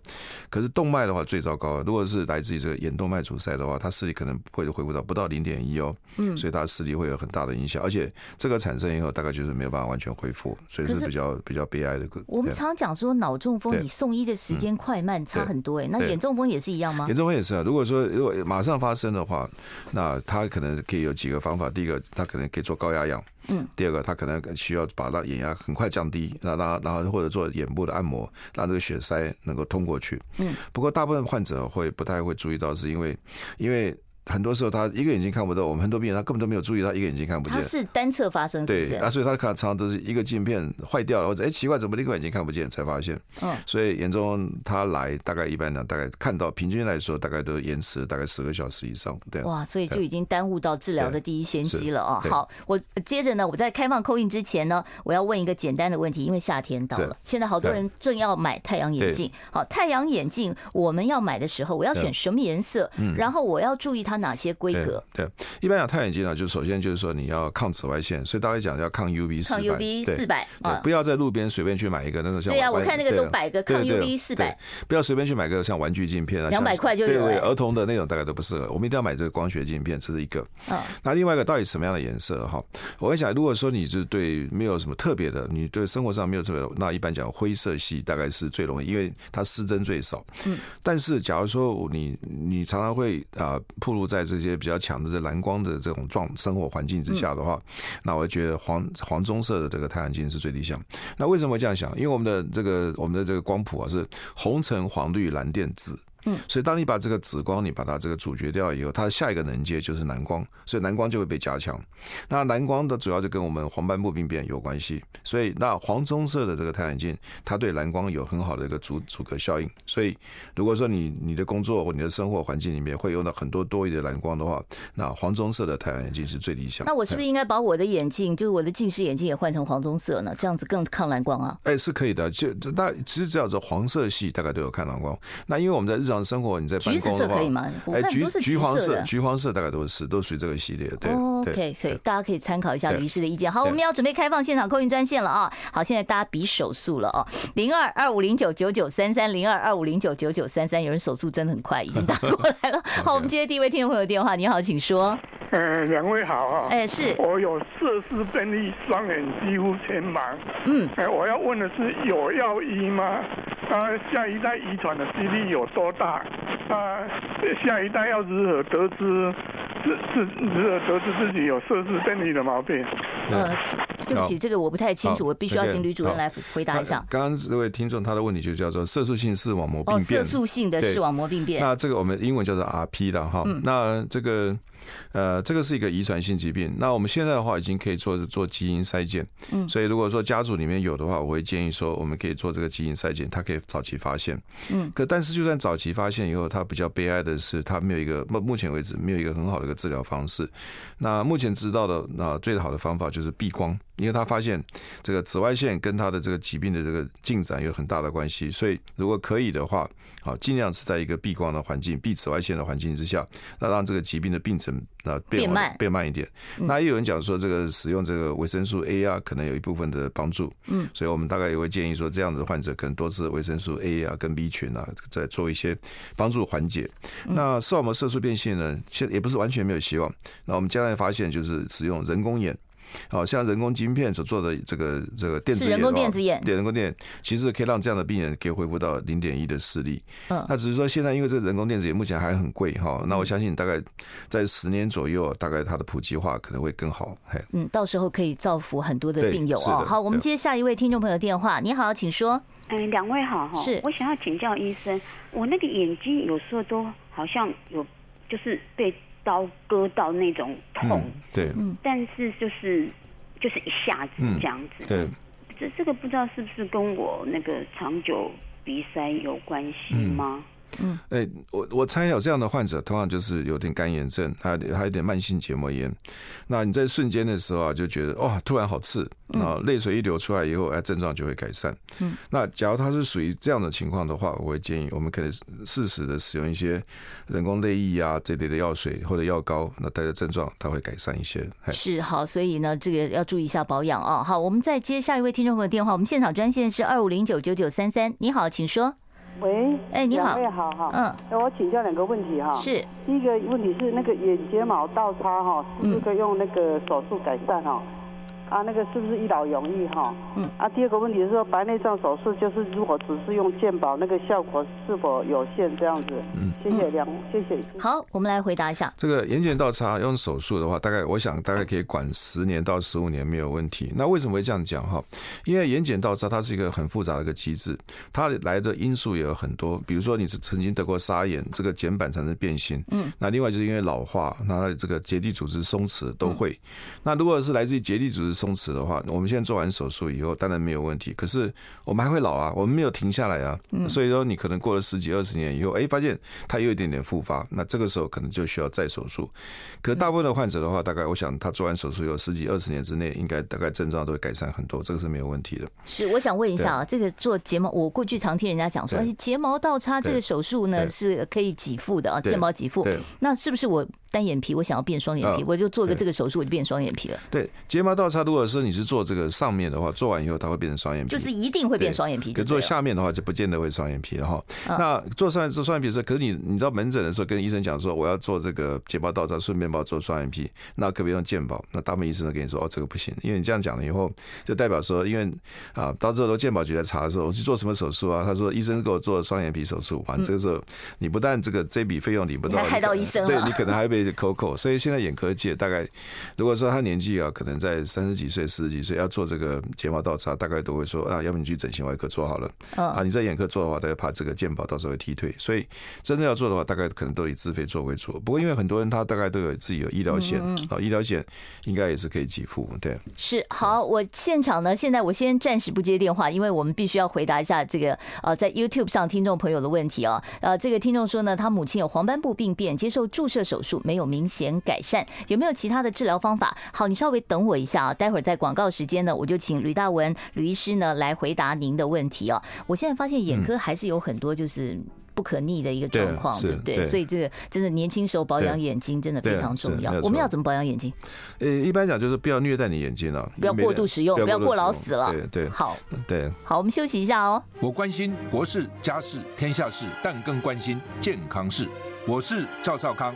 [SPEAKER 5] 可是动脉的话最糟糕，如果是来自于这个眼动脉阻塞的话，它视力可能会恢复到不到零点一哦，
[SPEAKER 4] 嗯
[SPEAKER 5] 所以它视力会有很大的影响，而且这个产生以后大概就是没有办法完全恢复，所以
[SPEAKER 4] 可
[SPEAKER 5] 是
[SPEAKER 4] 是
[SPEAKER 5] 比较比较悲哀的个。
[SPEAKER 4] 我们
[SPEAKER 5] 对啊
[SPEAKER 4] 常讲说脑中风，
[SPEAKER 5] 对嗯
[SPEAKER 4] 你送医的时间快慢差
[SPEAKER 5] 对
[SPEAKER 4] 很多哎、那
[SPEAKER 5] 对
[SPEAKER 4] 眼中风也是一样吗
[SPEAKER 5] 严？重风也是啊，如果说如果马上发生的话，那他可能可以有几个方法。第一个，他可能可以做高压氧；
[SPEAKER 4] 嗯，
[SPEAKER 5] 第二个，他可能需要把让眼压很快降低，那让然后或者做眼部的按摩，让这个血塞能够通过去。
[SPEAKER 4] 嗯，
[SPEAKER 5] 不过大部分患者会不太会注意到，是因为因为很多时候他一个眼睛看不到，我们很多病人他根本都没有注意到一个眼睛看不
[SPEAKER 4] 它
[SPEAKER 5] 见。
[SPEAKER 4] 是单侧发生，是不
[SPEAKER 5] 对，
[SPEAKER 4] 是？
[SPEAKER 5] 啊，所以他看常常都是一个镜片坏掉了，或者哎奇怪，怎么另外眼睛看不见，才发现。
[SPEAKER 4] 嗯
[SPEAKER 5] 所以眼中他来大概一般呢，大概看到平均来说，大概都延迟大概十个小时以上。对，
[SPEAKER 4] 哇，所以就已经耽误到治疗的第一先机了哦。
[SPEAKER 5] 对是对
[SPEAKER 4] 好，我接着呢，我在开放扣印之前呢，我要问一个简单的问题，因为夏天到了
[SPEAKER 5] 是，
[SPEAKER 4] 现在好多人正要买太阳眼镜。好，太阳眼镜我们要买的时候，我要选
[SPEAKER 5] 对嗯
[SPEAKER 4] 什么颜色？然后我要注意它哪些规
[SPEAKER 5] 对
[SPEAKER 4] 格？
[SPEAKER 5] 对，一般讲太阳眼镜呢，就首先就是说你要抗紫外线，所以大家讲要抗 UV 四
[SPEAKER 4] 抗
[SPEAKER 5] 百，
[SPEAKER 4] UV
[SPEAKER 5] 对
[SPEAKER 4] 四百
[SPEAKER 5] 对，
[SPEAKER 4] 啊
[SPEAKER 5] 不，要在路边随便去买一个那个像
[SPEAKER 4] 对啊
[SPEAKER 5] 玩
[SPEAKER 4] 我看那个都
[SPEAKER 5] 对
[SPEAKER 4] 摆个抗
[SPEAKER 5] 对对
[SPEAKER 4] UV 400
[SPEAKER 5] 对不要随便去买个像玩具镜片啊，
[SPEAKER 4] 200
[SPEAKER 5] 像
[SPEAKER 4] 块就有
[SPEAKER 5] 对对，
[SPEAKER 4] 哎
[SPEAKER 5] 儿童的那种大概都不适合，我们一定要买这个光学镜片，这是一个。
[SPEAKER 4] 嗯，
[SPEAKER 5] 那另外一个到底什么样的颜色哈？我会想，如果说你是对没有什么特别的，你对生活上没有特别的，那一般讲灰色系大概是最容易，因为它失真最少。
[SPEAKER 4] 嗯。
[SPEAKER 5] 但是假如说你你常常会啊暴露在这些比较强的这蓝光的这种状生活环境之下的话，
[SPEAKER 4] 嗯
[SPEAKER 5] 那我会觉得黄黄棕色的这个太阳镜是最理想。那为什么会这样想？因为我们的这个我们的这个光谱啊是红橙黄绿蓝靛紫。
[SPEAKER 4] 嗯，
[SPEAKER 5] 所以当你把这个紫光你把它这个阻绝掉以后，它的下一个能阶就是蓝光，所以蓝光就会被加强。那蓝光的主要就跟我们黄斑部病变有关系，所以那黄棕色的这个太阳镜，它对蓝光有很好的一个阻阻隔效应。所以如果说你你的工作或你的生活环境里面会用到很多多余的蓝光的话，那黄棕色的太阳眼镜是最理想的。
[SPEAKER 4] 那我是不是应该把我的眼镜，就是我的近视眼镜也换成黄棕色呢？这样子更抗蓝光啊？
[SPEAKER 5] 哎，是可以的，就就大其实只要是黄色系，大概都有看蓝光。那因为我们在日常生活，你在办
[SPEAKER 4] 橘紫
[SPEAKER 5] 公
[SPEAKER 4] 色
[SPEAKER 5] 的话
[SPEAKER 4] 可以，吗？我
[SPEAKER 5] 哎，
[SPEAKER 4] 看很
[SPEAKER 5] 橘
[SPEAKER 4] 多是
[SPEAKER 5] 橘黄
[SPEAKER 4] 色
[SPEAKER 5] 色、
[SPEAKER 4] 的。
[SPEAKER 5] 橘黄色大概都是都属于这个系列，对
[SPEAKER 4] OK，
[SPEAKER 5] 对。
[SPEAKER 4] 所以
[SPEAKER 5] 对
[SPEAKER 4] 大家可以参考一下
[SPEAKER 5] 对
[SPEAKER 4] 律师的意见。好，我
[SPEAKER 5] 对
[SPEAKER 4] 们要准备开放现场扣印专线了啊！好，现在大家比手速了哦，零二二五零九九九三三零二二五零九九九三三，有人手速真的很快，已经打过来 了。好，我们接第一位听众朋友电话，你好，请说。
[SPEAKER 7] 呃，两位好啊！
[SPEAKER 4] 哎，是，
[SPEAKER 7] 我有色视分离，双眼几乎全盲。
[SPEAKER 4] 嗯，
[SPEAKER 7] 哎、我要问的是有药医吗？啊，下一代遗传的几率有多大？啊，下一代要如何得知，是是如何得知自己有色视分离的毛病？
[SPEAKER 4] 呃，对不起，
[SPEAKER 5] 好
[SPEAKER 4] 这个我不太清楚，
[SPEAKER 5] 好
[SPEAKER 4] 我必须要
[SPEAKER 5] 再见
[SPEAKER 4] 请吕主任
[SPEAKER 5] 好
[SPEAKER 4] 来回答一下
[SPEAKER 5] 那。刚刚这位听众他的问题就叫做色素性视网膜呃病
[SPEAKER 4] 哦，色
[SPEAKER 5] 变。
[SPEAKER 4] 素性的视网膜病变，
[SPEAKER 5] 那这个我们英文叫做 RP 的哈。那这个呃，这个是一个遗传性疾病。那我们现在的话已经可以做做基因筛检，嗯，所以如果说家族里面有的话，我会建议说我们可以做这个基因筛检，它可以早期发现。嗯，可但是就算早期发现以后，它比较悲哀的是，它没有一个目目前为止没有一个很好的一个治疗方式。那目前知道的那最好的方法就是避光，因为他发现这个紫外线跟他的这个疾病的这个进展有很大的关系，所以如果可以的话，好，尽量是在一个避光的环境、避紫外线的环境之下，那让这个疾病的病程啊变
[SPEAKER 4] 变
[SPEAKER 5] 缓
[SPEAKER 4] 慢嗯
[SPEAKER 5] 变慢一点。那也有人讲说，这个使用这个维生素 A 啊，可能有一部分的帮助。嗯，所以我们大概也会建议说，这样子的患者可能多吃维生素 A 啊跟 B 群啊，再做一些帮助缓解。
[SPEAKER 4] 嗯
[SPEAKER 5] 那视网膜色素变性呢，现也不是完全没有希望。那我们将来发现就是使用人工眼。好像人工晶片所做的这个这个电子
[SPEAKER 4] 是人
[SPEAKER 5] 眼的
[SPEAKER 4] 工电
[SPEAKER 5] 话
[SPEAKER 4] 子眼
[SPEAKER 5] 对人工电眼其实可以让这样的病人可以恢复到零点一的视力。
[SPEAKER 4] 嗯
[SPEAKER 5] 那只是说现在因为这个人工电子眼目前还很贵哈，那我相信大概在十年左右，大概它的普及化可能会更好。嘿，
[SPEAKER 4] 嗯，到时候可以造福很多的
[SPEAKER 5] 对
[SPEAKER 4] 病友
[SPEAKER 5] 是
[SPEAKER 4] 哦。
[SPEAKER 5] 的
[SPEAKER 4] 好，我们
[SPEAKER 5] 对
[SPEAKER 4] 接下一位听众朋友电话，你好，请说。
[SPEAKER 8] 嗯，两位好哈，
[SPEAKER 4] 是
[SPEAKER 8] 我想要请教医生，我那个眼睛有时候都好像有，就是被刀割到那种痛，
[SPEAKER 5] 嗯，对
[SPEAKER 8] 但是就是就是一下子
[SPEAKER 5] 嗯
[SPEAKER 8] 这样子。
[SPEAKER 5] 对，
[SPEAKER 8] 这这个不知道是不是跟我那个长久鼻塞有关系
[SPEAKER 4] 嗯
[SPEAKER 8] 吗？
[SPEAKER 5] 哎、我我猜有这样的患者，通常就是有点干眼症，还有还有点慢性结膜炎。那你在瞬间的时候啊，就觉得哇，突然好刺啊，泪水一流出来以后，哎，症状就会改善。嗯，那假如他是属于这样的情况的话，我会建议我们可以适时的使用一些人工泪液啊这类的药水或者药膏，那它的症状它会改善一些。嘿
[SPEAKER 4] 是好，所以呢，这个要注意一下保养哦。好，我们再接下一位听众朋友电话，我们现场专线是二五零九九九三三，你好，请说。
[SPEAKER 9] 喂，
[SPEAKER 4] 哎你好
[SPEAKER 9] 两位好哈，
[SPEAKER 4] 嗯，
[SPEAKER 9] 哎，我请教两个问题哈，，
[SPEAKER 4] 是，
[SPEAKER 9] 第一个问题是那个眼睫毛倒插哈，是不是可以用那个手术改善哈？啊，那个是不是一劳永逸哈？
[SPEAKER 4] 嗯，
[SPEAKER 9] 啊，第二个问题是说白内障手术，就是如果只是用健保，那个效果是否有限这样子？嗯，谢谢梁，谢谢。
[SPEAKER 4] 好，我们来回答一下。
[SPEAKER 5] 这个眼睑倒插用手术的话，大概我想大概可以管十年到十五年没有问题。那为什么会这样讲哈？因为眼睑倒插它是一个很复杂的一个机制，它来的因素也有很多，比如说你是曾经得过沙眼，这个睑板产生变形，嗯，那另外就是因为老化，那它的这个结缔组织松弛都会。那如果是来自于结缔组织松弛的话，我们现在做完手术以后当然没有问题，可是我们还会老啊，我们没有停下来啊，所以说你可能过了十几二十年以后，哎，发现它又有一点点复发，那这个时候可能就需要再手术。可大部分的患者的话，大概我想他做完手术有十几二十年之内，应该大概症状都会改善很多，这个是没有问题的。
[SPEAKER 4] 是，我想问一下啊，这个做睫毛，我过去常听人家讲说，
[SPEAKER 5] 对
[SPEAKER 4] 哎，睫毛倒插这个
[SPEAKER 5] 对
[SPEAKER 4] 手术呢
[SPEAKER 5] 对
[SPEAKER 4] 是可以给付的啊，
[SPEAKER 5] 对
[SPEAKER 4] 睫毛给付
[SPEAKER 5] 对。
[SPEAKER 4] 那是不是我单眼皮，我想要变双眼皮，
[SPEAKER 5] 嗯
[SPEAKER 4] 我就做个
[SPEAKER 5] 对嗯
[SPEAKER 4] 这个手术，我就变双眼皮了，
[SPEAKER 5] 对，睫毛倒插，如果说你是做这个上面的话，做完以后它会变成双眼皮，
[SPEAKER 4] 就是一啊定会变
[SPEAKER 5] 对
[SPEAKER 4] 双眼皮就
[SPEAKER 5] 可
[SPEAKER 4] 对了，
[SPEAKER 5] 做下面的话就不见得会双眼皮了哈。
[SPEAKER 4] 啊
[SPEAKER 5] 那做上做双眼皮的时候，可是你你到门诊的时候跟医生讲说我要做这个睫毛倒插，顺便帮我做双眼皮，那可不可以用健保？那大部分医生都跟你说哦这个不行，因为你这样讲了以后，就代表说因为啊到时候都健保局来查的时候，我去做什么手术啊？他说医生给我做双眼皮手术，完这个时候你不但这个这笔费用领不
[SPEAKER 4] 嗯你
[SPEAKER 5] 到，
[SPEAKER 4] 还害
[SPEAKER 5] 可
[SPEAKER 4] 到
[SPEAKER 5] 能
[SPEAKER 4] 医生
[SPEAKER 5] 对
[SPEAKER 4] 了
[SPEAKER 5] 你可能还被扣扣。所以现在眼科界大概如果说他年纪啊，可能在三十几岁、四十几岁要做这个睫毛倒插，大概都会说啊，要不你去整形外科做好了。
[SPEAKER 4] 嗯
[SPEAKER 5] 啊，你在眼科做的话，大概怕这个健保到时候会踢退，所以真正要做的话，大概可能都以自费做为主。不过因为很多人他大概都有自己有医疗险，
[SPEAKER 4] 嗯
[SPEAKER 5] 啊，医疗险应该也是可以给付，对。
[SPEAKER 4] 是好，我现场呢，现在我先暂时不接电话，因为我们必须要回答一下这个呃，在 YouTube 上听众朋友的问题啊。呃，这个听众说呢，他母亲有黄斑部病变，接受注射手术没有明显改善，有没有其他的治疗方法？好，你稍微等我一下啊，待会儿在广告时间呢，我就请吕大文吕医师呢来回答您的问题啊。我现在发现眼科还是有很多就是。不可逆的一个状况，
[SPEAKER 5] 对
[SPEAKER 4] 对不对？
[SPEAKER 5] 是嗯对
[SPEAKER 4] 所以这个真的年轻时候保养
[SPEAKER 5] 对
[SPEAKER 4] 眼睛真的非
[SPEAKER 5] 对
[SPEAKER 4] 常重
[SPEAKER 5] 是
[SPEAKER 4] 要
[SPEAKER 5] 没有。
[SPEAKER 4] 我们
[SPEAKER 5] 错
[SPEAKER 4] 要怎么保养眼睛？
[SPEAKER 5] 呃，一般讲就是不要虐待你眼睛啊了、
[SPEAKER 4] 不要过度使用，不要过劳死了。
[SPEAKER 5] 对对
[SPEAKER 4] 好，
[SPEAKER 5] 对，
[SPEAKER 4] 好，我们休息一下哦。
[SPEAKER 6] 我关心国事、家事、天下事，但更关心健康事。我是赵少康，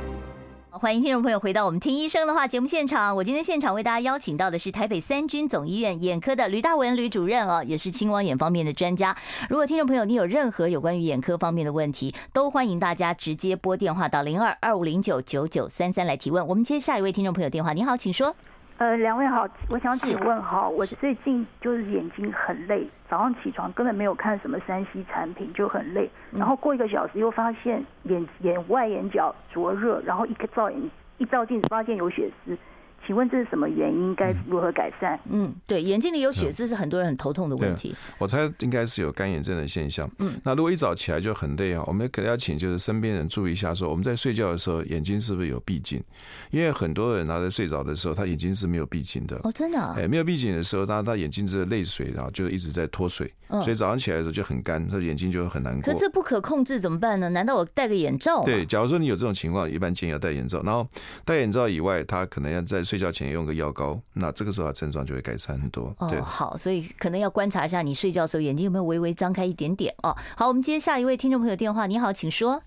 [SPEAKER 4] 欢迎听众朋友回到我们听医生的话节目现场。我今天现场为大家邀请到的是台北三军总医院眼科的吕大文吕主任哦，也是青光眼方面的专家。如果听众朋友你有任何有关于眼科方面的问题，都欢迎大家直接拨电话到零二二五零九九九三三来提问。我们接下一位听众朋友电话，你好，请说。
[SPEAKER 10] 呃，两位好，我想请
[SPEAKER 4] 是
[SPEAKER 10] 问哈，我
[SPEAKER 4] 是
[SPEAKER 10] 最近就是眼睛很累，早上起床根本没有看什么山西产品就很累，
[SPEAKER 9] 嗯
[SPEAKER 10] 然后过一个小时又发现眼眼外眼角灼热，然后一个照眼一照镜子发现有血丝，请问这是什么原因？该如何改善？
[SPEAKER 4] 嗯，对，眼睛里有血丝是很多人很头痛的问题。
[SPEAKER 5] 我猜应该是有干眼症的现象。
[SPEAKER 4] 嗯，
[SPEAKER 5] 那如果一早起来就很累啊，我们可能要请就是身边人注意一下，说我们在睡觉的时候眼睛是不是有闭镜？因为很多人啊他在睡着的时候，他眼睛是没有闭镜的。
[SPEAKER 4] 哦，真的啊、
[SPEAKER 5] 哎，没有闭紧的时候，他他眼睛这个泪水啊，就一直在脱水，
[SPEAKER 4] 嗯
[SPEAKER 5] 所以早上起来的时候就很干，他眼睛就很难过
[SPEAKER 4] 可。这不可控制怎么办呢？难道我戴个眼罩吗？
[SPEAKER 5] 对，假如说你有这种情况，一般建议要戴眼罩。然后戴眼罩以外，他可能要在睡觉前用个药膏，那这个时候他症状就会改善很多。对
[SPEAKER 4] 哦，，好，所以可能要观察一下你睡觉的时候眼睛有没有微微张开一点点哦。好，我们接下一位听众朋友电话，你好，请说。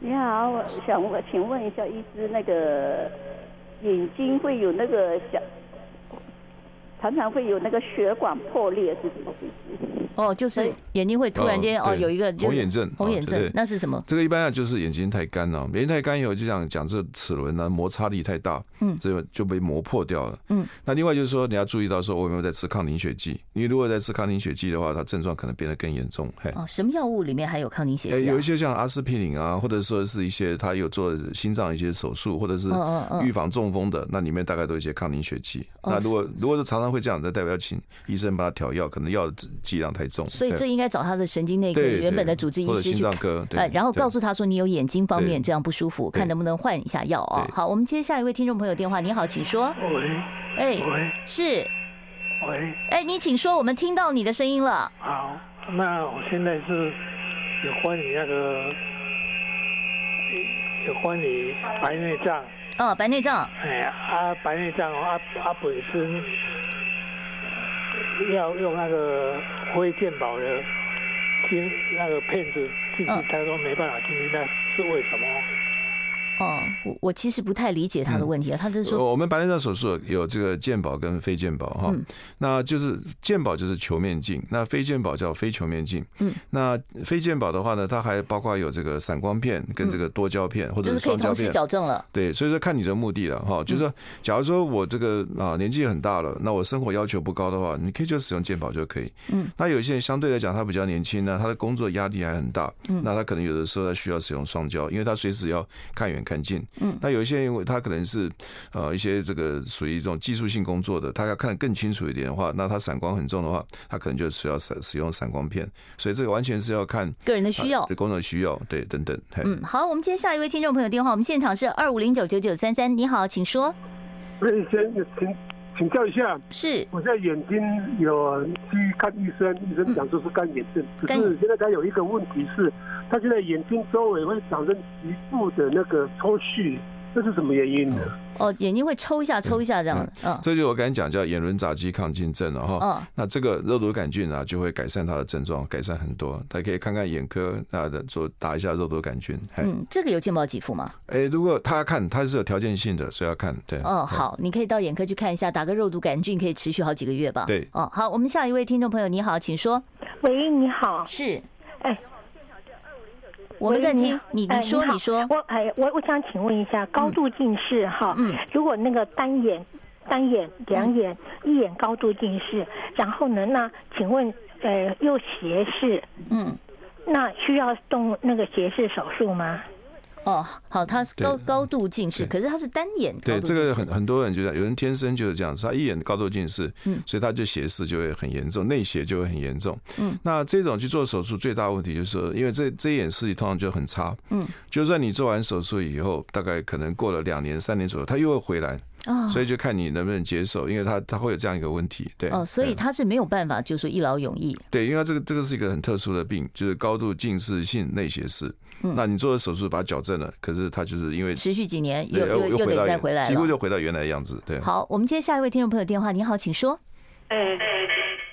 [SPEAKER 11] 你好，我想我请问一下，医师那个眼睛会有那个小，常常会有那个血管破裂是什么意思？
[SPEAKER 4] 哦，就是眼睛会突然间
[SPEAKER 5] 哎哦
[SPEAKER 4] 哦
[SPEAKER 5] 对
[SPEAKER 4] 有一个就是
[SPEAKER 5] 红眼症
[SPEAKER 4] 红眼
[SPEAKER 5] 哦
[SPEAKER 4] 症
[SPEAKER 5] 对
[SPEAKER 4] 那是什么？
[SPEAKER 5] 这个一般啊就是眼睛太干了，眼睛太干以后就像讲这齿轮呢、摩擦力太大，
[SPEAKER 4] 嗯
[SPEAKER 5] 这个就被磨破掉了。
[SPEAKER 4] 嗯，
[SPEAKER 5] 那另外就是说你要注意到说我有没有在吃抗凝血剂，你如果在吃抗凝血剂的话，它症状可能变得更严重。嘿，
[SPEAKER 4] 哦，什么药物里面还有抗凝血
[SPEAKER 5] 呃
[SPEAKER 4] 剂、啊？
[SPEAKER 5] 哎有一些像阿司匹林啊，或者说是一些他有做心脏一些手术，或者是
[SPEAKER 4] 嗯嗯嗯
[SPEAKER 5] 预防中风的，那里面大概都有一些抗凝血剂。
[SPEAKER 4] 哦
[SPEAKER 5] 那如果如果是常常会这样，那代表要请医生帮他调药，可能药的剂量太重。
[SPEAKER 4] 所以
[SPEAKER 5] 对
[SPEAKER 4] 这应该找他的神经内科
[SPEAKER 5] 对
[SPEAKER 4] 原本的
[SPEAKER 5] 对
[SPEAKER 4] 主治医
[SPEAKER 5] 或者
[SPEAKER 4] 师
[SPEAKER 5] 心
[SPEAKER 4] 去
[SPEAKER 5] 脏
[SPEAKER 4] 看
[SPEAKER 5] 科对
[SPEAKER 4] 呃，然后
[SPEAKER 5] 对
[SPEAKER 4] 告诉他说你有眼睛方面
[SPEAKER 5] 对
[SPEAKER 4] 这样不舒服，
[SPEAKER 5] 对
[SPEAKER 4] 看能不能换一下药哦。
[SPEAKER 5] 对
[SPEAKER 4] 好，我们接下一位听众朋友电话，你好，请说。
[SPEAKER 7] 喂
[SPEAKER 4] 哎，
[SPEAKER 7] 喂
[SPEAKER 4] 是，
[SPEAKER 7] 喂，
[SPEAKER 4] 哎，你请说，我们听到你的声音了。
[SPEAKER 7] 好，那我现在是有关于那个有关于白内障，
[SPEAKER 4] 哦，白内障，
[SPEAKER 7] 哎啊白内障哦啊啊本身要用那个非健保的进那个骗子进去
[SPEAKER 4] 嗯，
[SPEAKER 7] 他说没办法进去，那是为什么？
[SPEAKER 4] 哦，我我其实不太理解他
[SPEAKER 5] 嗯
[SPEAKER 4] 的问题啊，他是说
[SPEAKER 5] 我我们白内障手术有这个健保跟非健保哈，
[SPEAKER 4] 嗯
[SPEAKER 5] 那就是健保就是球面镜，那非健保叫非球面镜。
[SPEAKER 4] 嗯，
[SPEAKER 5] 那非健保的话呢，它还包括有这个散光片跟这个多焦片、或
[SPEAKER 4] 嗯就是
[SPEAKER 5] 者
[SPEAKER 4] 可以
[SPEAKER 5] 双焦
[SPEAKER 4] 同时
[SPEAKER 5] 片。
[SPEAKER 4] 矫正了。
[SPEAKER 5] 对，所以说看你的目的了
[SPEAKER 4] 嗯
[SPEAKER 5] 哈，就是说，假如说我这个啊年纪很大了，那我生活要求不高的话，你可以就使用健保就可以。
[SPEAKER 4] 嗯，
[SPEAKER 5] 那有一些人相对来讲他比较年轻呢，他的工作压力还很大，
[SPEAKER 4] 嗯
[SPEAKER 5] 那他可能有的时候他需要使用双焦，因为他随时要看远看近。
[SPEAKER 4] 嗯
[SPEAKER 5] 那有一些人因为他可能是呃一些这个属于这种技术性工作的，他要看得更清楚一点的话，那他散光很重的话，他可能就需要使使用散光片，所以这个完全是要看
[SPEAKER 4] 个人的需要
[SPEAKER 5] 呃工作需要，对，等等。嘿
[SPEAKER 4] 嗯，好，我们接下一位听众朋友电话，我们现场是二五零九九九三三，你好，请说。
[SPEAKER 12] 魏先生，请请教一下，
[SPEAKER 4] 是
[SPEAKER 12] 我现在眼睛有去看医生，医生讲说是干眼症，可
[SPEAKER 4] 干
[SPEAKER 12] 是现在他有一个问题是，他现在眼睛周围会产生局部的那个抽搐，这是什么原因呢？
[SPEAKER 4] 哦，眼睛会抽一下，抽一下这样的，嗯，
[SPEAKER 5] 这就我刚才讲叫眼轮匝肌亢进症了哈。
[SPEAKER 4] 嗯
[SPEAKER 5] 那这个肉毒杆菌啊，就会改善它的症状，改善很多。大家可以看看眼科啊的做打一下肉毒杆菌。哎、
[SPEAKER 4] 嗯，这个有健保给付吗？
[SPEAKER 5] 哎，如果他要看，他是有条件性的，所以要看。对，
[SPEAKER 4] 哦，
[SPEAKER 5] 对。
[SPEAKER 4] 好，你可以到眼科去看一下，打个肉毒杆菌可以持续好几个月吧。
[SPEAKER 5] 对
[SPEAKER 4] 哦，好，我们下一位听众朋友，你好，请说。
[SPEAKER 13] 喂，你好，
[SPEAKER 4] 是，
[SPEAKER 13] 哎，
[SPEAKER 4] 我们在
[SPEAKER 13] 喂
[SPEAKER 4] 听你，你
[SPEAKER 13] 哎
[SPEAKER 4] 说，
[SPEAKER 13] 好
[SPEAKER 4] 你说，
[SPEAKER 13] 我哎，我我想请问一下，高度近视哈，
[SPEAKER 4] 嗯，
[SPEAKER 13] 如果那个单眼、单眼、两眼、
[SPEAKER 4] 嗯
[SPEAKER 13] 一眼高度近视，然后呢，那请问呃，又斜视，
[SPEAKER 4] 嗯，
[SPEAKER 13] 那需要动那个斜视手术吗？
[SPEAKER 4] 哦，好，他是高
[SPEAKER 5] 对
[SPEAKER 4] 高度近视，可是他是单眼高度
[SPEAKER 5] 对，
[SPEAKER 4] 近
[SPEAKER 5] 这
[SPEAKER 4] 视。
[SPEAKER 5] 个很很多人就这样，有人天生就是这样，他一眼高度近视，
[SPEAKER 4] 嗯
[SPEAKER 5] 所以他就斜视就会很严重，内斜就会很严重，
[SPEAKER 4] 嗯，
[SPEAKER 5] 那这种去做手术最大问题就是说，因为这这一眼视力通常就很差，
[SPEAKER 4] 嗯，
[SPEAKER 5] 就算你做完手术以后，大概可能过了两年三年左右，他又会回来，
[SPEAKER 4] 哦
[SPEAKER 5] 所以就看你能不能接受，因为他他会有这样一个问题，对。
[SPEAKER 4] 哦，所以
[SPEAKER 5] 对
[SPEAKER 4] 他是没有办法，就说一劳永逸。
[SPEAKER 5] 对，因为它这个这个是一个很特殊的病，就是高度近视性内斜视。
[SPEAKER 4] 嗯
[SPEAKER 5] 那你做了手术把它矫正了，可是它就是因为
[SPEAKER 4] 持续几年
[SPEAKER 5] 对
[SPEAKER 4] 又又
[SPEAKER 5] 又
[SPEAKER 4] 又
[SPEAKER 5] 回
[SPEAKER 4] 得
[SPEAKER 5] 到
[SPEAKER 4] 再
[SPEAKER 5] 原
[SPEAKER 4] 回来
[SPEAKER 5] 几乎
[SPEAKER 4] 了
[SPEAKER 5] 就回嗯到原来的样子。对，
[SPEAKER 4] 好，我们接下一位听众朋友电话，你好，请说。
[SPEAKER 14] 哎，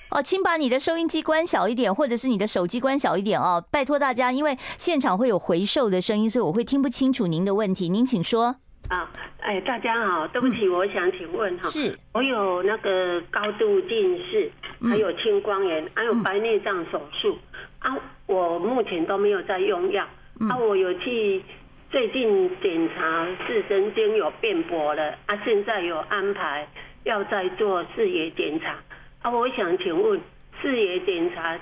[SPEAKER 4] 哦，请把你的收音机关小一点，或者是你的手机关小一点哦，拜托大家，因为现场会有回授的声音，所以我会听不清楚您的问题，您请说。嗯
[SPEAKER 14] 啊，哎，大家好，对不起，我想请问哈，
[SPEAKER 4] 是
[SPEAKER 14] 我有那个高度近视，还有青光眼，还有白内障手术、啊，我目前都没有在用药，
[SPEAKER 11] 嗯
[SPEAKER 14] 啊，我有去最近检查视神经有变薄了，啊，现在有安排要再做哦视野检查，啊，我想请问视野检查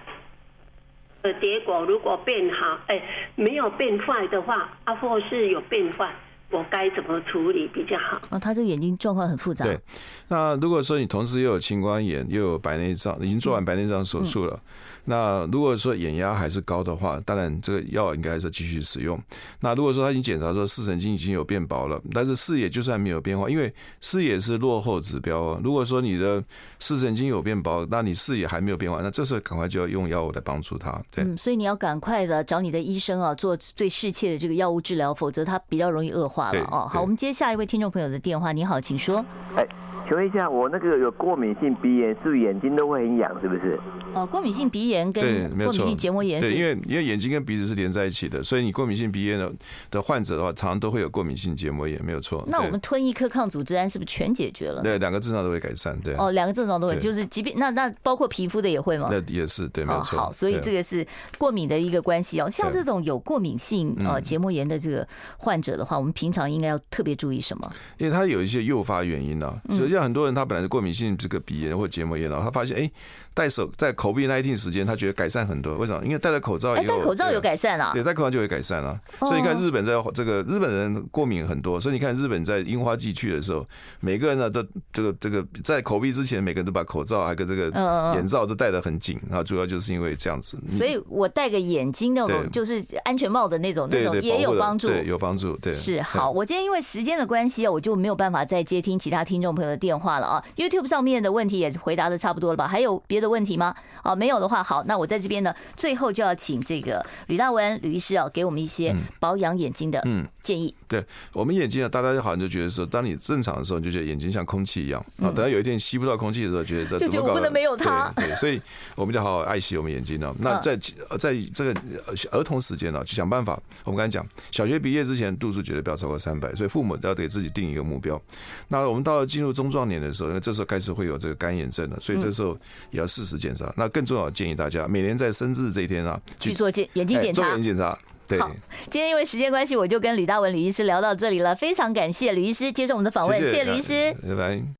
[SPEAKER 14] 的结果如果变好，哎，没有变坏的话，啊，或是有变坏，我该怎么处理比较好？
[SPEAKER 4] 哦，他这个眼睛状况很复杂。
[SPEAKER 5] 对，那如果说你同时又有青光眼又有白内障，已经做完白内障手术了，
[SPEAKER 4] 嗯
[SPEAKER 5] 那如果说眼压还是高的话，当然这个药应该还是继续使用。那如果说他已经检查说视神经已经有变薄了，但是视野就算没有变化，因为视野是落后指标哦。如果说你的视神经有变薄，那你视野还没有变化，那这时候赶快就要用药物来帮助他。对，
[SPEAKER 4] 嗯，所以你要赶快的找你的医生啊，做最适切的这个药物治疗，否则它比较容易恶化了
[SPEAKER 15] 对
[SPEAKER 4] 哦。好，
[SPEAKER 15] 对
[SPEAKER 4] 我们接下一位听众朋友的电话，你好，请说。
[SPEAKER 15] 哎，请问一下，我那个有过敏性鼻炎，是不是眼睛都会很痒？是不是？
[SPEAKER 4] 哦，过敏性鼻炎
[SPEAKER 5] 对，
[SPEAKER 4] 跟
[SPEAKER 5] 没
[SPEAKER 4] 过
[SPEAKER 5] 有
[SPEAKER 4] 敏
[SPEAKER 5] 错
[SPEAKER 4] 性结膜炎
[SPEAKER 5] 对，
[SPEAKER 4] 是
[SPEAKER 5] 因为因为眼睛跟鼻子是连在一起的，所以你过敏性鼻炎的的患者的话，常常都会有过敏性结膜炎，没有错。
[SPEAKER 4] 那
[SPEAKER 5] 对
[SPEAKER 4] 我们吞一颗抗组织胺是不是全解决了？
[SPEAKER 5] 对两个症状都会改善，对。
[SPEAKER 4] 哦，两个症状都会，
[SPEAKER 5] 对
[SPEAKER 4] 就是即便那那包括皮肤的也会吗？
[SPEAKER 5] 那也是对，没有
[SPEAKER 4] 哦
[SPEAKER 5] 错。
[SPEAKER 4] 好，所以
[SPEAKER 5] 对
[SPEAKER 4] 这个是过敏的一个关系哦。像这种有过敏性呃
[SPEAKER 5] 嗯
[SPEAKER 4] 结膜炎的这个患者的话，我们平常应该要特别注意什么？
[SPEAKER 5] 因为它有一些诱发原因啊，
[SPEAKER 4] 嗯
[SPEAKER 5] 所以像很多人他本来是过敏性这个鼻炎或结膜炎，然后他发现哎、戴手在口鼻那一定时间，他觉得改善很多，为什么？因为戴了口罩
[SPEAKER 4] 哎，
[SPEAKER 5] 以后，
[SPEAKER 4] 戴口罩有改善啊
[SPEAKER 5] 哦
[SPEAKER 4] 哦
[SPEAKER 5] 对，？戴口罩就会改善了、所以你看日本在这个日本人过敏很多，所以你看日本在樱花季去的时候，每个人呢都这个这个在口鼻之前，每个人都把口罩还有这个
[SPEAKER 4] 嗯嗯嗯
[SPEAKER 5] 眼罩都戴得很紧啊，主要就是因为这样子。嗯
[SPEAKER 4] 所以我戴个眼睛那种
[SPEAKER 5] 对
[SPEAKER 4] 就是安全帽的那种，那
[SPEAKER 5] 对
[SPEAKER 4] 种
[SPEAKER 5] 对
[SPEAKER 4] 也
[SPEAKER 5] 保护
[SPEAKER 4] 有
[SPEAKER 5] 的
[SPEAKER 4] 帮助。
[SPEAKER 5] 对有帮助，对嗯
[SPEAKER 4] 是
[SPEAKER 5] 对
[SPEAKER 4] 好，我今天因为时间的关系啊，我就没有办法再接听其他听众朋友的电话了啊。YouTube 上面的问题也回答的差不多了吧？还有别的问题吗？哦，没有的话，好，那我在这边呢，最后就要请这个吕大文吕医师啊，给我们一些保养眼睛的
[SPEAKER 5] 嗯
[SPEAKER 4] 建议。
[SPEAKER 5] 对我们眼睛啊，大家好像就觉得说，当你正常的时候，你就觉得眼睛像空气一样啊。
[SPEAKER 4] 嗯
[SPEAKER 5] 等到有一天吸不到空气的时候，觉得
[SPEAKER 4] 就
[SPEAKER 5] 这怎
[SPEAKER 4] 觉得
[SPEAKER 5] 么
[SPEAKER 4] 我
[SPEAKER 5] 搞
[SPEAKER 4] 不
[SPEAKER 5] 的
[SPEAKER 4] 能没有它
[SPEAKER 5] 对，对所以我们就好好爱惜我们眼睛呢、那
[SPEAKER 4] 嗯
[SPEAKER 5] 在呃在这个呃儿童时间呢、就想办法。我们刚才讲，小学毕业之前度数绝对不要超过三百，所以父母要给自己定一个目标。那我们到了进入中壮年的时候，因为这时候开始会有这个干眼症
[SPEAKER 4] 嗯
[SPEAKER 5] 了，所以这时候也要适时检查。那更重要的建议大家，每年在生日这一天啊，
[SPEAKER 4] 去做检眼睛
[SPEAKER 5] 哎
[SPEAKER 4] 检查
[SPEAKER 5] 做眼睛检查。对，
[SPEAKER 4] 好今天因为时间关系，我就跟吕大文吕医师聊到这里了，非常感谢吕医师接受我们的访问，
[SPEAKER 5] 谢谢呃
[SPEAKER 4] 谢谢吕医师。
[SPEAKER 5] 拜拜。